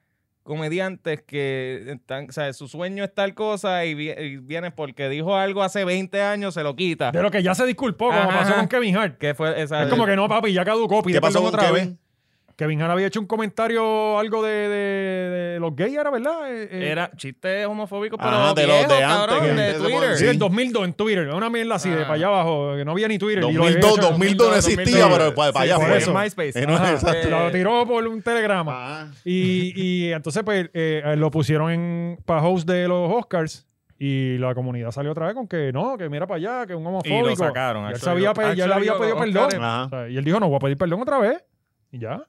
comediantes que están, o sea, su sueño es tal cosa y, vi- y viene porque dijo algo hace 20 años, se lo quita. De lo que ya se disculpó, como Ajá, pasó ajá. con Kevin Hart. Que fue esa- Es como que no, papi, ya caducó. Pide ¿Qué pasó perdón con otra Kevin? vez. Kevin Hart había hecho un comentario, algo de, de- de los gays, ¿era verdad? Eh, eh, Era chiste homofóbico, pero Ajá, Ah, de los viejo, de antes, cabrón, que de antes se Twitter. Sí, Sí. el 2002 en Twitter, una mierda así de Ah. para allá abajo, que no había ni Twitter. y lo había 2002, hecho- 2002 no 2002, existía, pero para para Sí, allá por fue. eso. MySpace. Eh, no, Ajá. exacto. Eh, Lo tiró por un telegrama. Ah, Y, y entonces, pues, eh, eh, lo pusieron en, para host de los Oscars. Y la comunidad salió otra vez con que no, que mira para allá, que es un homofóbico. Y lo sacaron. Y él, actually, se había lo- pe- ya actually, le había lo- pedido los perdón. Oscars. O ajá. sea, y él dijo, no, voy a pedir perdón otra vez. Y ya.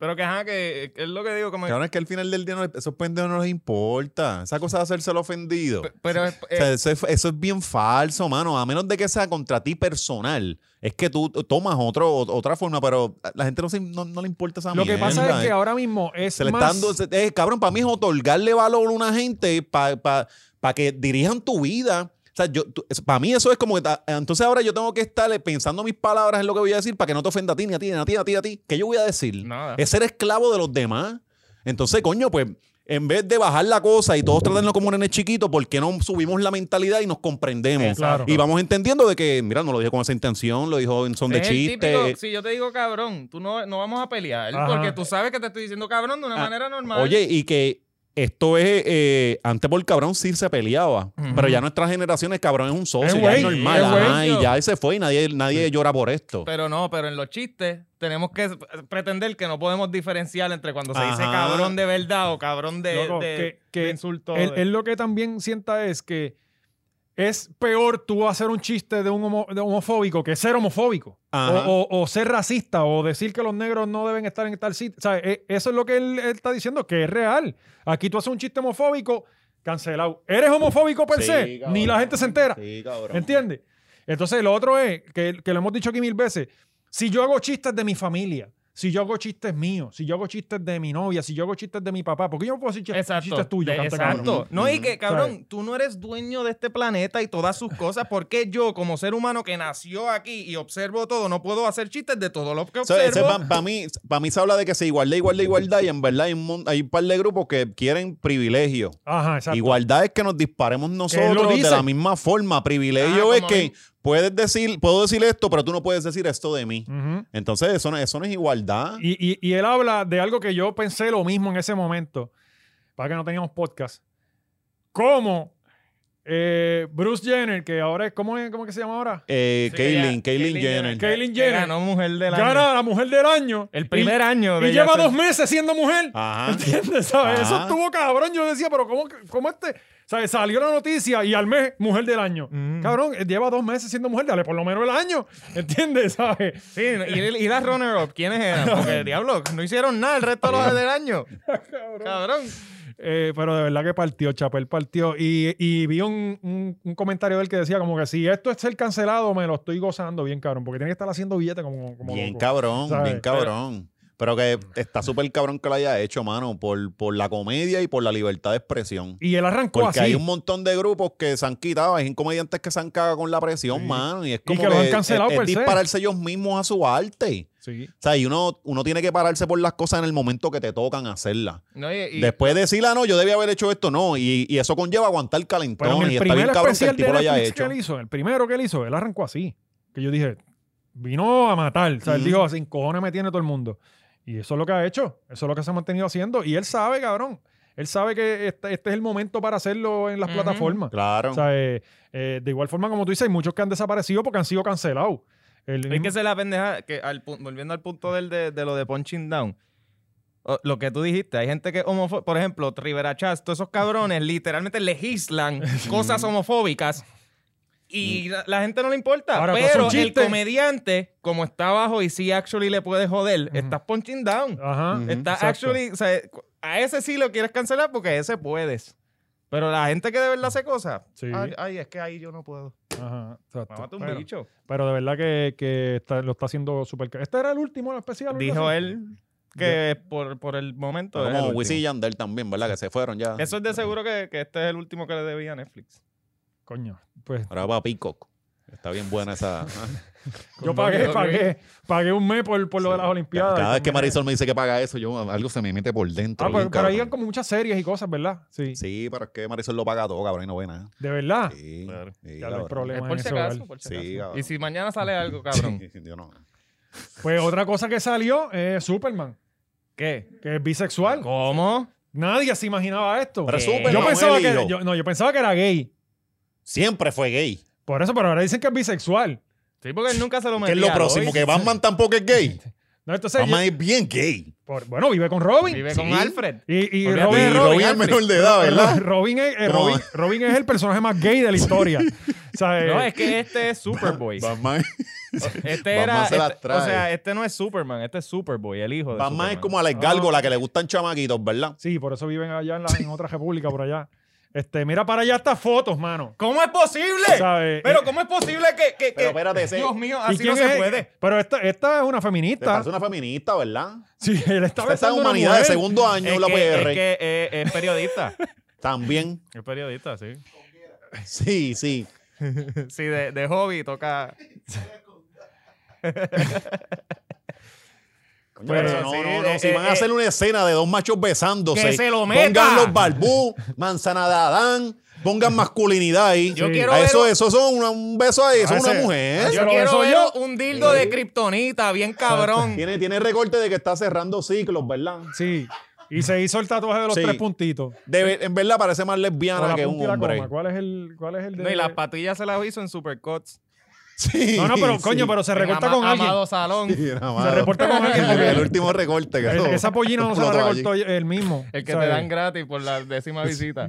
Pero que ajá, que que es lo que digo. Como, Cabrón, es que al final del día no, esos pendejos no les importa. Esa cosa de hacerse el ofendido. pero es- O eh, eh, sea, eso, es, eso es bien falso, mano. A menos de que sea contra ti personal. Es que tú tomas otro, otra forma, pero a la gente no, se- no, no le importa esa Lo que pasa mierda, es que eh. ahora mismo es Se le más... está dando, se- eh, cabrón, para mí es otorgarle valor a una gente para que dirijan tu vida. O sea, yo, para mí eso es como que, ta- entonces ahora yo tengo que estar eh, pensando mis palabras en lo que voy a decir para que no te ofenda a ti, ni a ti, ni a ti, ni a ti, ni a ti. ¿Qué yo voy a decir? Nada. Es ser esclavo de los demás. Entonces, coño, pues, en vez de bajar la cosa y todos tratarnos como nenes chiquitos, ¿por qué no subimos la mentalidad y nos comprendemos? Exacto. Y vamos entendiendo de que, mira, no lo dije con esa intención, lo dijo en son de es el chiste. típico, si yo te digo cabrón, tú no, no vamos a pelear. Ajá. Porque tú sabes que te estoy diciendo cabrón de una Ah, manera normal. Oye, y que esto es. eh, antes por cabrón sí se peleaba. Pero ya nuestras generaciones, cabrón, es un socio. Es ya es güey, normal. es ajá, güey. y ya ese fue y nadie, nadie llora por esto. Pero no, pero en los chistes tenemos que pretender que no podemos diferenciar entre cuando se dice Ajá. cabrón de verdad o cabrón de, Loco, de- que- que de insulto. Él, de- él lo que también sienta es que es peor tú hacer un chiste de un, homo- de homofóbico que ser homofóbico. Ajá. O, o- o ser racista o decir que los negros no deben estar en tal sitio. O sea, e- eso es lo que él, él está diciendo, que es real. Aquí tú haces un chiste homofóbico, cancelado. Eres homofóbico per Sí, se, cabrón. ni la gente se entera. Sí, cabrón. ¿Entiendes? Entonces, lo otro es, que, que lo hemos dicho aquí mil veces, si yo hago chistes de mi familia, si yo hago chistes míos, si yo hago chistes de mi novia, si yo hago chistes de mi papá, porque yo no puedo hacer chistes, Exacto. chistes tuyos, de- canta exacto. cabrón? No, Mm, y que, ¿Sabes? cabrón, tú no eres dueño de este planeta y todas sus cosas. ¿Por qué yo, como ser humano que nació aquí y observo todo, no puedo hacer chistes de todo lo que So, ese observo? pa- pa' mí, para mí se habla de que se igualdad, igualdad, igualdad. Y en verdad hay un, mon- hay un par de grupos que quieren privilegio. Ajá, exacto. Igualdad es que nos disparemos lo nosotros de dice. la misma forma. Privilegio Ah, es como que ven. puedes decir, puedo decir esto, pero tú no puedes decir esto de mí. Ujú. Entonces, eso no, eso no es igualdad. y, y- y él habla de algo que yo pensé lo mismo en ese momento, para que no teníamos podcast. Como eh, Bruce Jenner, que ahora es, ¿cómo, es, cómo que se llama ahora? Eh, Sí, que ya- Kaylin, Kaylin Caitlyn Jenner. Jenner. Caitlyn Que Jenner. Ganó mujer del año. Gana la mujer del año. El primer año Y, de y lleva ella dos ser- meses siendo mujer. Ah. Ajá. ¿Entiendes? ¿Sabes? Eso Ajá. estuvo cabrón. Yo decía, pero ¿cómo, que- cómo este? ¿Sabes? Salió la noticia y al mes, mujer del año. Mm. Cabrón, eh, lleva dos meses siendo mujer, dale por lo menos el año. ¿Entiendes? ¿Sabes? Sí, y, y las runner-up, ¿quiénes eran? Porque, diablo, no hicieron nada el resto de los del año. Cabrón. Eh, pero de verdad que partió, Chapel partió. Y, y vi un, un- un comentario de él que decía como que si esto es ser cancelado, me lo estoy gozando bien, cabrón, porque tiene que estar haciendo billete como, como Bien loco. cabrón, ¿Sabes? bien cabrón. Pero que está súper cabrón que lo haya hecho, mano, por, por la comedia y por la libertad de expresión. Y él arrancó Porque así. hay un montón de grupos que se han quitado, hay comediantes que se han cagado con la presión, Sí. mano, y es Y como que los han cancelado es- es per se. dispararse ellos mismos a su arte. Sí. O sea, y uno, uno tiene que pararse por las cosas en el momento que te tocan hacerlas. No, y- y- Después de decir, ah, no, yo debía haber hecho esto, no. Y, y eso conlleva aguantar Pero en calentones. el Y está bien primer cabrón que especial el tipo de lo haya Netflix que hecho. él hizo, el primero que él hizo, él arrancó así. Que yo dije, vino a matar. O sea, él Ujú. dijo, sin cojones me tiene todo el mundo. Y eso es lo que ha hecho. Eso es lo que se ha mantenido haciendo. Y él sabe, cabrón. Él sabe que este, este es el momento para hacerlo en las Ujú. plataformas. Claro. O sea, eh, eh, de igual forma, como tú dices, hay muchos que han desaparecido porque han sido cancelados. El Es mismo- que se la pendeja, que al, pu- volviendo al punto del, de, de lo de Punching Down, o- lo que tú dijiste, hay gente que homofóbica, por ejemplo, Rivera Chas, todos esos cabrones literalmente legislan cosas homofóbicas y la, la gente no le importa. Ahora, pues, pero es pero un el chiste. comediante, como está abajo y sí actually le puede joder, estás Punching Down. Ajá. Ujú, Estás exacto. actually, o sea, cu- a ese sí lo quieres cancelar porque a ese puedes. Pero la gente que de verdad hace cosas, Sí. ay, ay, es que ahí yo no puedo. Ajá, exacto. Mamá, un Pero- bicho. Pero de verdad que, que está- lo está haciendo súper. ca- Este era el último, el especial. algo Dijo así? él que por, por el momento. es el Como último. Wisin y Yandel también, ¿verdad? Que se fueron ya. Eso es de seguro que, que este es el último que le debía a Netflix. Coño. Pues Ahora va a Peacock. Está bien buena esa. yo pagué, pagué, pagué un mes por, por lo de las Olimpiadas. Cada vez que También. Marisol me dice que paga eso, yo algo se me mete por dentro. Ah, pero, bien, pero ahí hay cabrón. como muchas series y cosas, ¿verdad? Sí. Sí, pero es que Marisol lo paga todo, cabrón, y no ve nada. De verdad. Sí, Claro. sí, Ah, Ya no hay cabrón. problema. Es en por si ese hogar. acaso, por si Sí, acaso. cabrón. Y si mañana sale algo, cabrón. Sí, yo no. Pues otra cosa que salió es Superman, ¿Qué? que es bisexual. ¿Cómo? Nadie se imaginaba esto. Pero ¿Qué? Superman, yo pensaba él y que yo. yo- no, yo pensaba que era gay. Siempre fue gay. Por eso, pero ahora dicen que es bisexual. Sí, porque él nunca se lo ¿Qué metía. es lo a próximo? Lois. Que Batman tampoco es gay. No, entonces, Batman es bien gay. yo- por- bueno, vive con Robin. Vive Sí. con Alfred. Y, y Olvídate. Robin, Y Robin Robin es Alfred. menor de edad, ¿verdad? Robin es, eh, No. Robin, Robin es el personaje más gay de la historia. O sea, eh, No, es que este es Superboy. Batman, Este Batman era. se las este- o sea, trae. este no es Superman, este es Superboy, el hijo de. Batman es Superman. como a la gárgola Ah. que le gustan chamaquitos, ¿verdad? Sí, por eso viven allá en, la- en otra república por allá. Este, mira para allá estas fotos, mano. Ah. ¿Cómo es posible? ¿Sabes? eh, Pero, ¿cómo es posible que. que, que- Pero espérate, ese- Dios mío, ¿Y así quién no se es? puede. Pero esta, esta es una Te feminista. parece una feminista, ¿verdad? Sí, él está Esa besando a una humanidad de mujer. segundo año, Es la que, PR. es, que, eh, es periodista. También. es periodista, sí. Sí, sí. Sí, de, de hobby toca. Coño, Pues, pero no, sí, no, eh, no. Si eh, van eh. a hacer una escena de dos machos besándose, ¡Que se lo meta! pongan los barbú, manzana de Adán, pongan masculinidad ahí. Yo Sí. quiero A eso, ver- eso son una- un beso ahí, eso es una ese- mujer. Yo Yo lo quiero beso ver yo. un dildo de kriptonita, bien cabrón. Tiene, tiene recorte de que está cerrando ciclos, ¿verdad? Sí. Y se hizo el tatuaje de los Sí. tres puntitos. Debe- en verdad parece más Con la lesbiana punta que y un la hombre. coma. ¿Cuál es el, cuál es el de...? No, y las patillas se las hizo en Supercuts. Sí, No, no, pero coño, pero se En recorta Ama- con alguien. Amado Salón. Sí, era Se malo. reporta con alguien porque el último recorte. Que el- eso esa pollina no se la explotó allí. recortó él mismo. El que ¿sabes? te dan gratis por la décima visita.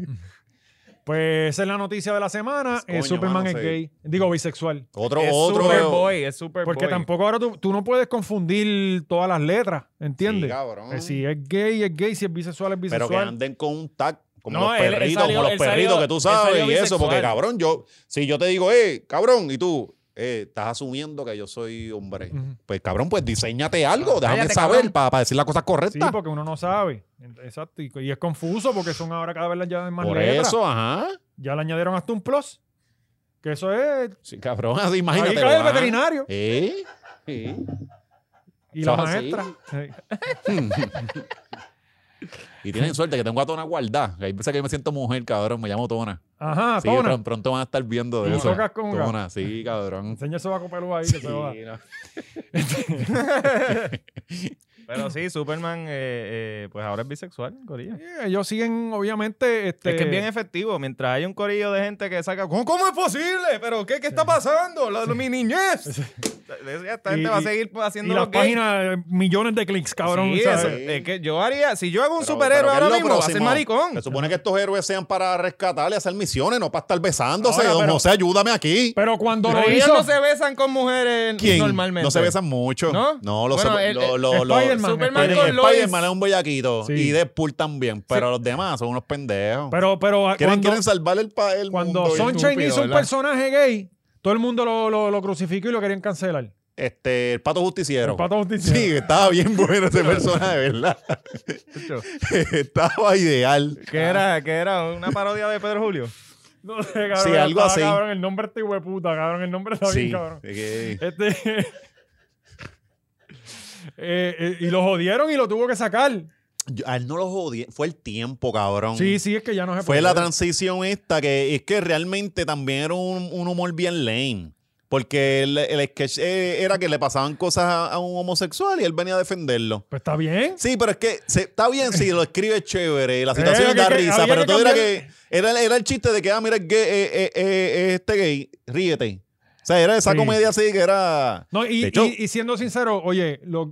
Pues esa es la noticia de la semana. Coño, Eh, Superman mano, es sí. gay. Digo, bisexual. Otro, es otro. Superboy, es Pues Superboy. Porque tampoco ahora tú, tú no puedes confundir todas las letras, ¿entiendes? Sí, cabrón. Eh, si es gay, es gay. Si es bisexual, es Pero que bisexual. anden con un tag, como No, los él- él perritos, salió- como él los perritos salió- que tú él sabes salió y eso, porque bisexual. cabrón, yo, si yo te digo, eh, cabrón, y tú, eh, estás asumiendo que yo soy hombre. Ujú. Pues cabrón, pues diseñate algo, déjame Ah, cállate, saber cabrón. para decir las cosas Sí, correctas. porque uno no sabe. Ent- Exacto. Y, y es confuso porque son ahora cada vez las ya más Por letras. eso, ajá. Ya le añadieron hasta un plus. Que eso es. Sí, cabrón, así imagínate. Ahí cae el veterinario. ¿Eh? Sí. Y la Eso es así. maestra. Sí. Y tienen suerte que tengo a Tona guardada. Hay veces que yo me siento mujer, cabrón, me llamo Tona. Ajá, sí, Tona. pr- pronto van a estar viendo Y de eso. tocas conga. Tona, sí, cabrón. Enseña ese vaco peludo ahí. Que se va. Sí, no. Pero sí, Superman, eh, eh, pues ahora es bisexual, Corilla. Yeah, ellos siguen, obviamente. Este, Es que es bien efectivo. Mientras hay un corillo de gente que saca, ¿cómo, cómo es posible? ¿Pero qué, qué está pasando? La- mi niñez. Esta gente Y- va a y- seguir pues, haciendo y las lo gay. páginas, eh, millones de clics, cabrón. Sí, ¿sabes? eso- es que yo haría, si yo hago un Pero- superhéroe pero ¿qué es ahora lo mismo, va a ser próximo? maricón. Se supone que estos héroes sean para rescatar y hacer misiones, no para estar besándose. Ahora, Don pero- José, ayúdame aquí. Pero cuando lo Pero ellos hizo. no se besan con mujeres ¿Quién? normalmente. No se besan mucho. ¿No? los Bueno, se- el- lo- el- lo- lo- Spider-Man, este, Superman Spider- con Lois. Spider-Man es un bellaquito Sí. y Deadpool también, pero los demás son unos pendejos. Pero, pero ah, quieren, cuando, quieren salvar el, pa- el cuando mundo. Sunshine estúpido, hizo un ¿verdad? personaje gay, todo el mundo lo, lo, lo crucificó y lo querían cancelar. Este, el pato justiciero. El Pato Justiciero. Sí, estaba bien bueno ese personaje, ¿verdad? estaba ideal. Que era, que era una parodia de Pedro Julio. No sé, cabrón. Sí, algo estaba, así. Cabrón, el nombre este hueputa, cabrón. El nombre está bien, Sí. cabrón. es que- Este. Eh, eh, y lo jodieron y lo tuvo que sacar. yo- a él no lo jodí. Fue el tiempo, cabrón. Sí, sí, es que ya no se Fue puede. la transición esta que es que realmente también era un, un humor bien lame. Porque el, el sketch eh, era que le pasaban cosas a, a un homosexual y él venía a defenderlo. Pues está bien. Sí, pero es que se- está bien si lo escribe chévere, la Eh, situación que- da que risa, había pero que todo era cambiar- que era, era el chiste de que, ah, mira, es gay, eh, eh, eh, eh, este gay, ríete. O sea, era esa Sí. comedia así que era. No, y, De hecho- y- y siendo sincero, oye, lo,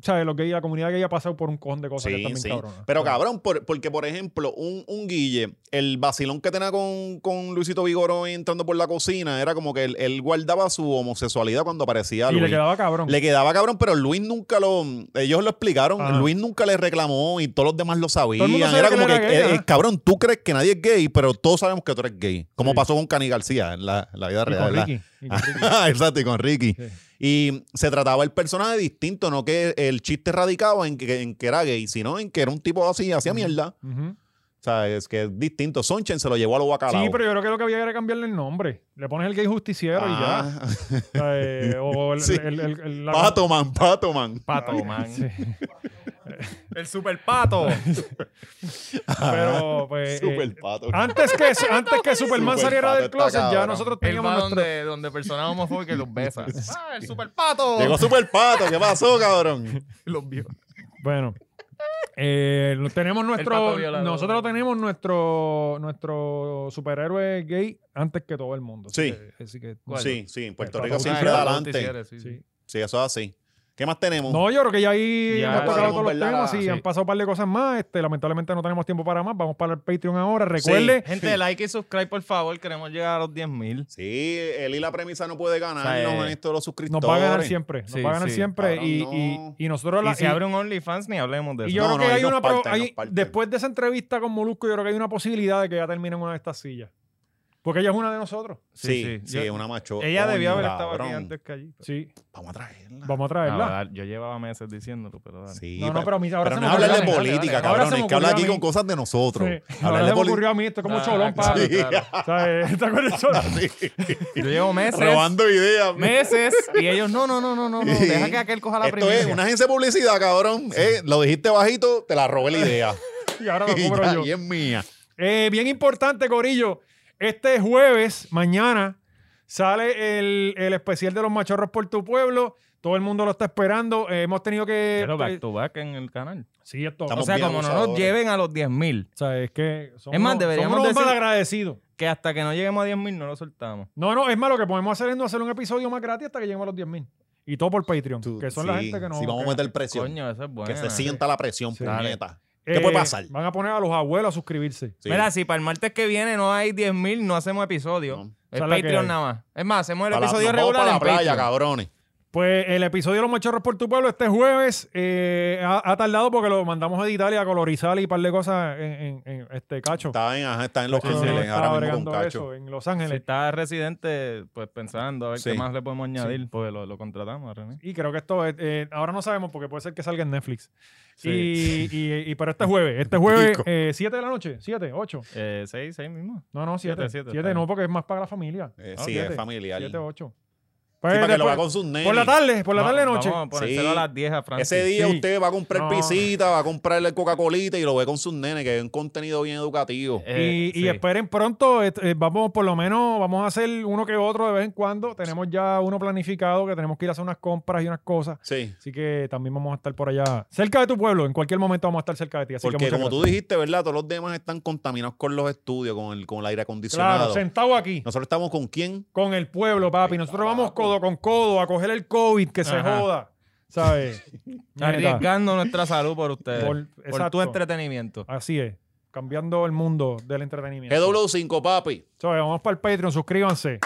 ¿sabes? Lo que la comunidad que ya ha pasado por un cojón de cosas que Sí, también sí. cabrona. Pero cabrón, por- porque por ejemplo, un, un Guille, el vacilón que tenía con, con Luisito Vigoró entrando por la cocina, era como que él, él guardaba su homosexualidad cuando aparecía Y Luis. le quedaba cabrón. Le quedaba cabrón, pero Luis nunca lo. Ellos lo explicaron. Ajá. Luis nunca le reclamó y todos los demás lo sabían. mundo sabía Era que como él que, era gay, eh, eh, ajá. cabrón, tú crees que nadie es gay, pero todos sabemos que tú eres gay. Como pasó con Cani García en la, en la vida Y real. con ¿verdad? Ricky, y con Ricky. Exacto, y con Ricky. Sí. Y se trataba el personaje distinto, no que el chiste radicaba en que, en que era gay, sino en que era un tipo así, hacía mierda. O Ujú. sea, es que es distinto. Sonchen se lo llevó a los bacalaos. Sí, pero yo creo que lo que había era cambiarle el nombre. Le pones el gay justiciero y ya. Ah, O sea, eh, o el, Sí. el- el- el- la- Pato man, pato man. Pato, man. Sí. El super pato. Pero, pues. eh, Super pato. antes que, antes que Superman Superpato saliera del está closet, ya cabrón. nosotros Él teníamos va nuestro. donde, donde personas homofóbicas y los besa. ¡Ah, el super pato! Llegó super pato, ¿qué pasó, cabrón? Los vio. Bueno. eh, lo- tenemos nuestro. pato violador. Nosotros tenemos nuestro nuestro superhéroe gay antes que todo el mundo. Así Sí. que- así que- ¿Cuál? Sí, sí, en Puerto Pato Rico Man. siempre Ah, da el Pato adelante. Sí. Sí, eso es así. ¿Qué más tenemos? No, yo creo que ya ahí Ya hemos tocado tenemos, todos los ¿verdad? temas y Sí. han pasado un par de cosas más. Este, lamentablemente no tenemos tiempo para más. Vamos para el Patreon ahora. Recuerde, Gente, like y subscribe, por favor. Queremos llegar a los 10.000. mil. Sí, él y la premisa no puede ganarnos O sea, eh, en esto de los nos suscriptores. va a ganar siempre. Nos Sí, va a ganar sí. siempre. Cabrón, y, no. y- y nosotros la- Y si y- abre un OnlyFans, ni hablemos de y eso. yo creo No, no, que ahí hay nos una parten, pro- hay- nos parten. después de esa entrevista con Molusco, yo creo que hay una posibilidad de que ya terminen una de estas sillas. Porque ella es una de nosotros. Sí, sí, Sí, sí. Yo- una macho. Ella debió Coño, haber estado aquí cabrón. antes que allí. Sí, Vamos a traerla. vamos a traerla. Ah, yo llevaba meses diciéndolo, pero dale. Sí, no, no, pero a mí ahora pero se me no es hablar de ocurrió- dale, política, dale. Ahora cabrón. se me Es que habla ocurrió aquí a mí. con cosas de nosotros. Sí. Ahora se Hablar de me política. ocurrió a mí esto es como un Ah, cholón, pa. claro, claro. O sea, eh, ¿te acuerdas del cholón? Yo llevo meses. Robando ideas. Meses. Y ellos, no, no, no, no, no. no, Deja que aquel coja la Esto primicia. es una agencia de publicidad, cabrón. Eh, lo dijiste bajito, te la robé la idea. Y ahora lo y, cobro ya, yo. y es mía. Eh, bien importante, Corillo. Este jueves, mañana, sale el, el especial de los machorros por tu pueblo. Todo el mundo lo está esperando. Eh, hemos tenido que. Pero eh, back to back en el canal. sí, esto. Estamos o sea, bien como no nos abusadores. lleven a los 10.000, O sea, es que. Son Es más, unos- deberíamos Son unos decir- malagradecidos. que hasta que no lleguemos a 10.000 no lo soltamos. No, no, es más, lo que podemos hacer es no hacer un episodio más gratis hasta que lleguemos a los 10.000. Y todo por Patreon, Tú- que son la sí, gente que nos. Sí, vamos a que- meter presión. Coño, eso es bueno. que se sienta la presión, Sí. puñeta. eh, ¿Qué puede pasar? Van a poner a los abuelos a suscribirse. Sí. Mira, si para el martes que viene no hay 10.000, no hacemos episodio. No. Es Esa es la que Patreon hay. nada más. Es más, hacemos el Para la- episodio nos vamos regular para la en playa, Patreon. cabrones. Pues el episodio de Los Machorros por tu pueblo este jueves eh, ha, ha tardado porque lo mandamos a editar y a colorizar y un par de cosas en, en- en este cacho. Está en, ajá, está en Los Yo no Ángeles, estaba ahora mismo bregando con Cacho. eso en Los Si Ángeles. está residente, pues pensando a ver Sí. qué más le podemos añadir, porque lo, lo contratamos a René. Y creo que esto es- eh, ahora no sabemos porque puede ser que salga en Netflix. Sí. Y, y, y para este jueves, este jueves, Pico. 7 de la noche, 7, 8. Eh, seis, seis mismo. No, no, 7. 7, Siete, siete, está no, bien. porque es más para la familia. Eh, Ah, sí, siete. es familiar. 7, 8. Sí, para que lo Eh, después- haga con sus nenes. por la tarde, por la No, tarde noche. Vamos a ponérselo Sí. a las 10 a Francis. Ese día Sí. usted va a comprar No. pisita, va a comprarle Coca-Colita y lo ve con sus nenes, que es un contenido bien educativo. Eh, y, y sí. esperen pronto, et- eh, vamos por lo menos, vamos a hacer uno que otro de vez en cuando. Tenemos ya uno planificado que tenemos que ir a hacer unas compras y unas cosas. Sí. Así que también vamos a estar por allá, cerca de tu pueblo. En cualquier momento vamos a estar cerca de ti. Así que Porque muchas como tú gracias. dijiste, ¿verdad? Todos los demás están contaminados con los estudios, con el, con el aire Claro, acondicionado. sentado aquí, Nosotros estamos con quién? con el pueblo, papi. Nosotros vamos codo con codo a coger el COVID que se Ajá. joda. ¿Sabes? Neta. Arriesgando nuestra salud por ustedes. Por- Por, exacto. tu entretenimiento. Así es. Cambiando el mundo del entretenimiento. GW5, papi. ¿Sabes? Vamos para el Patreon, suscríbanse.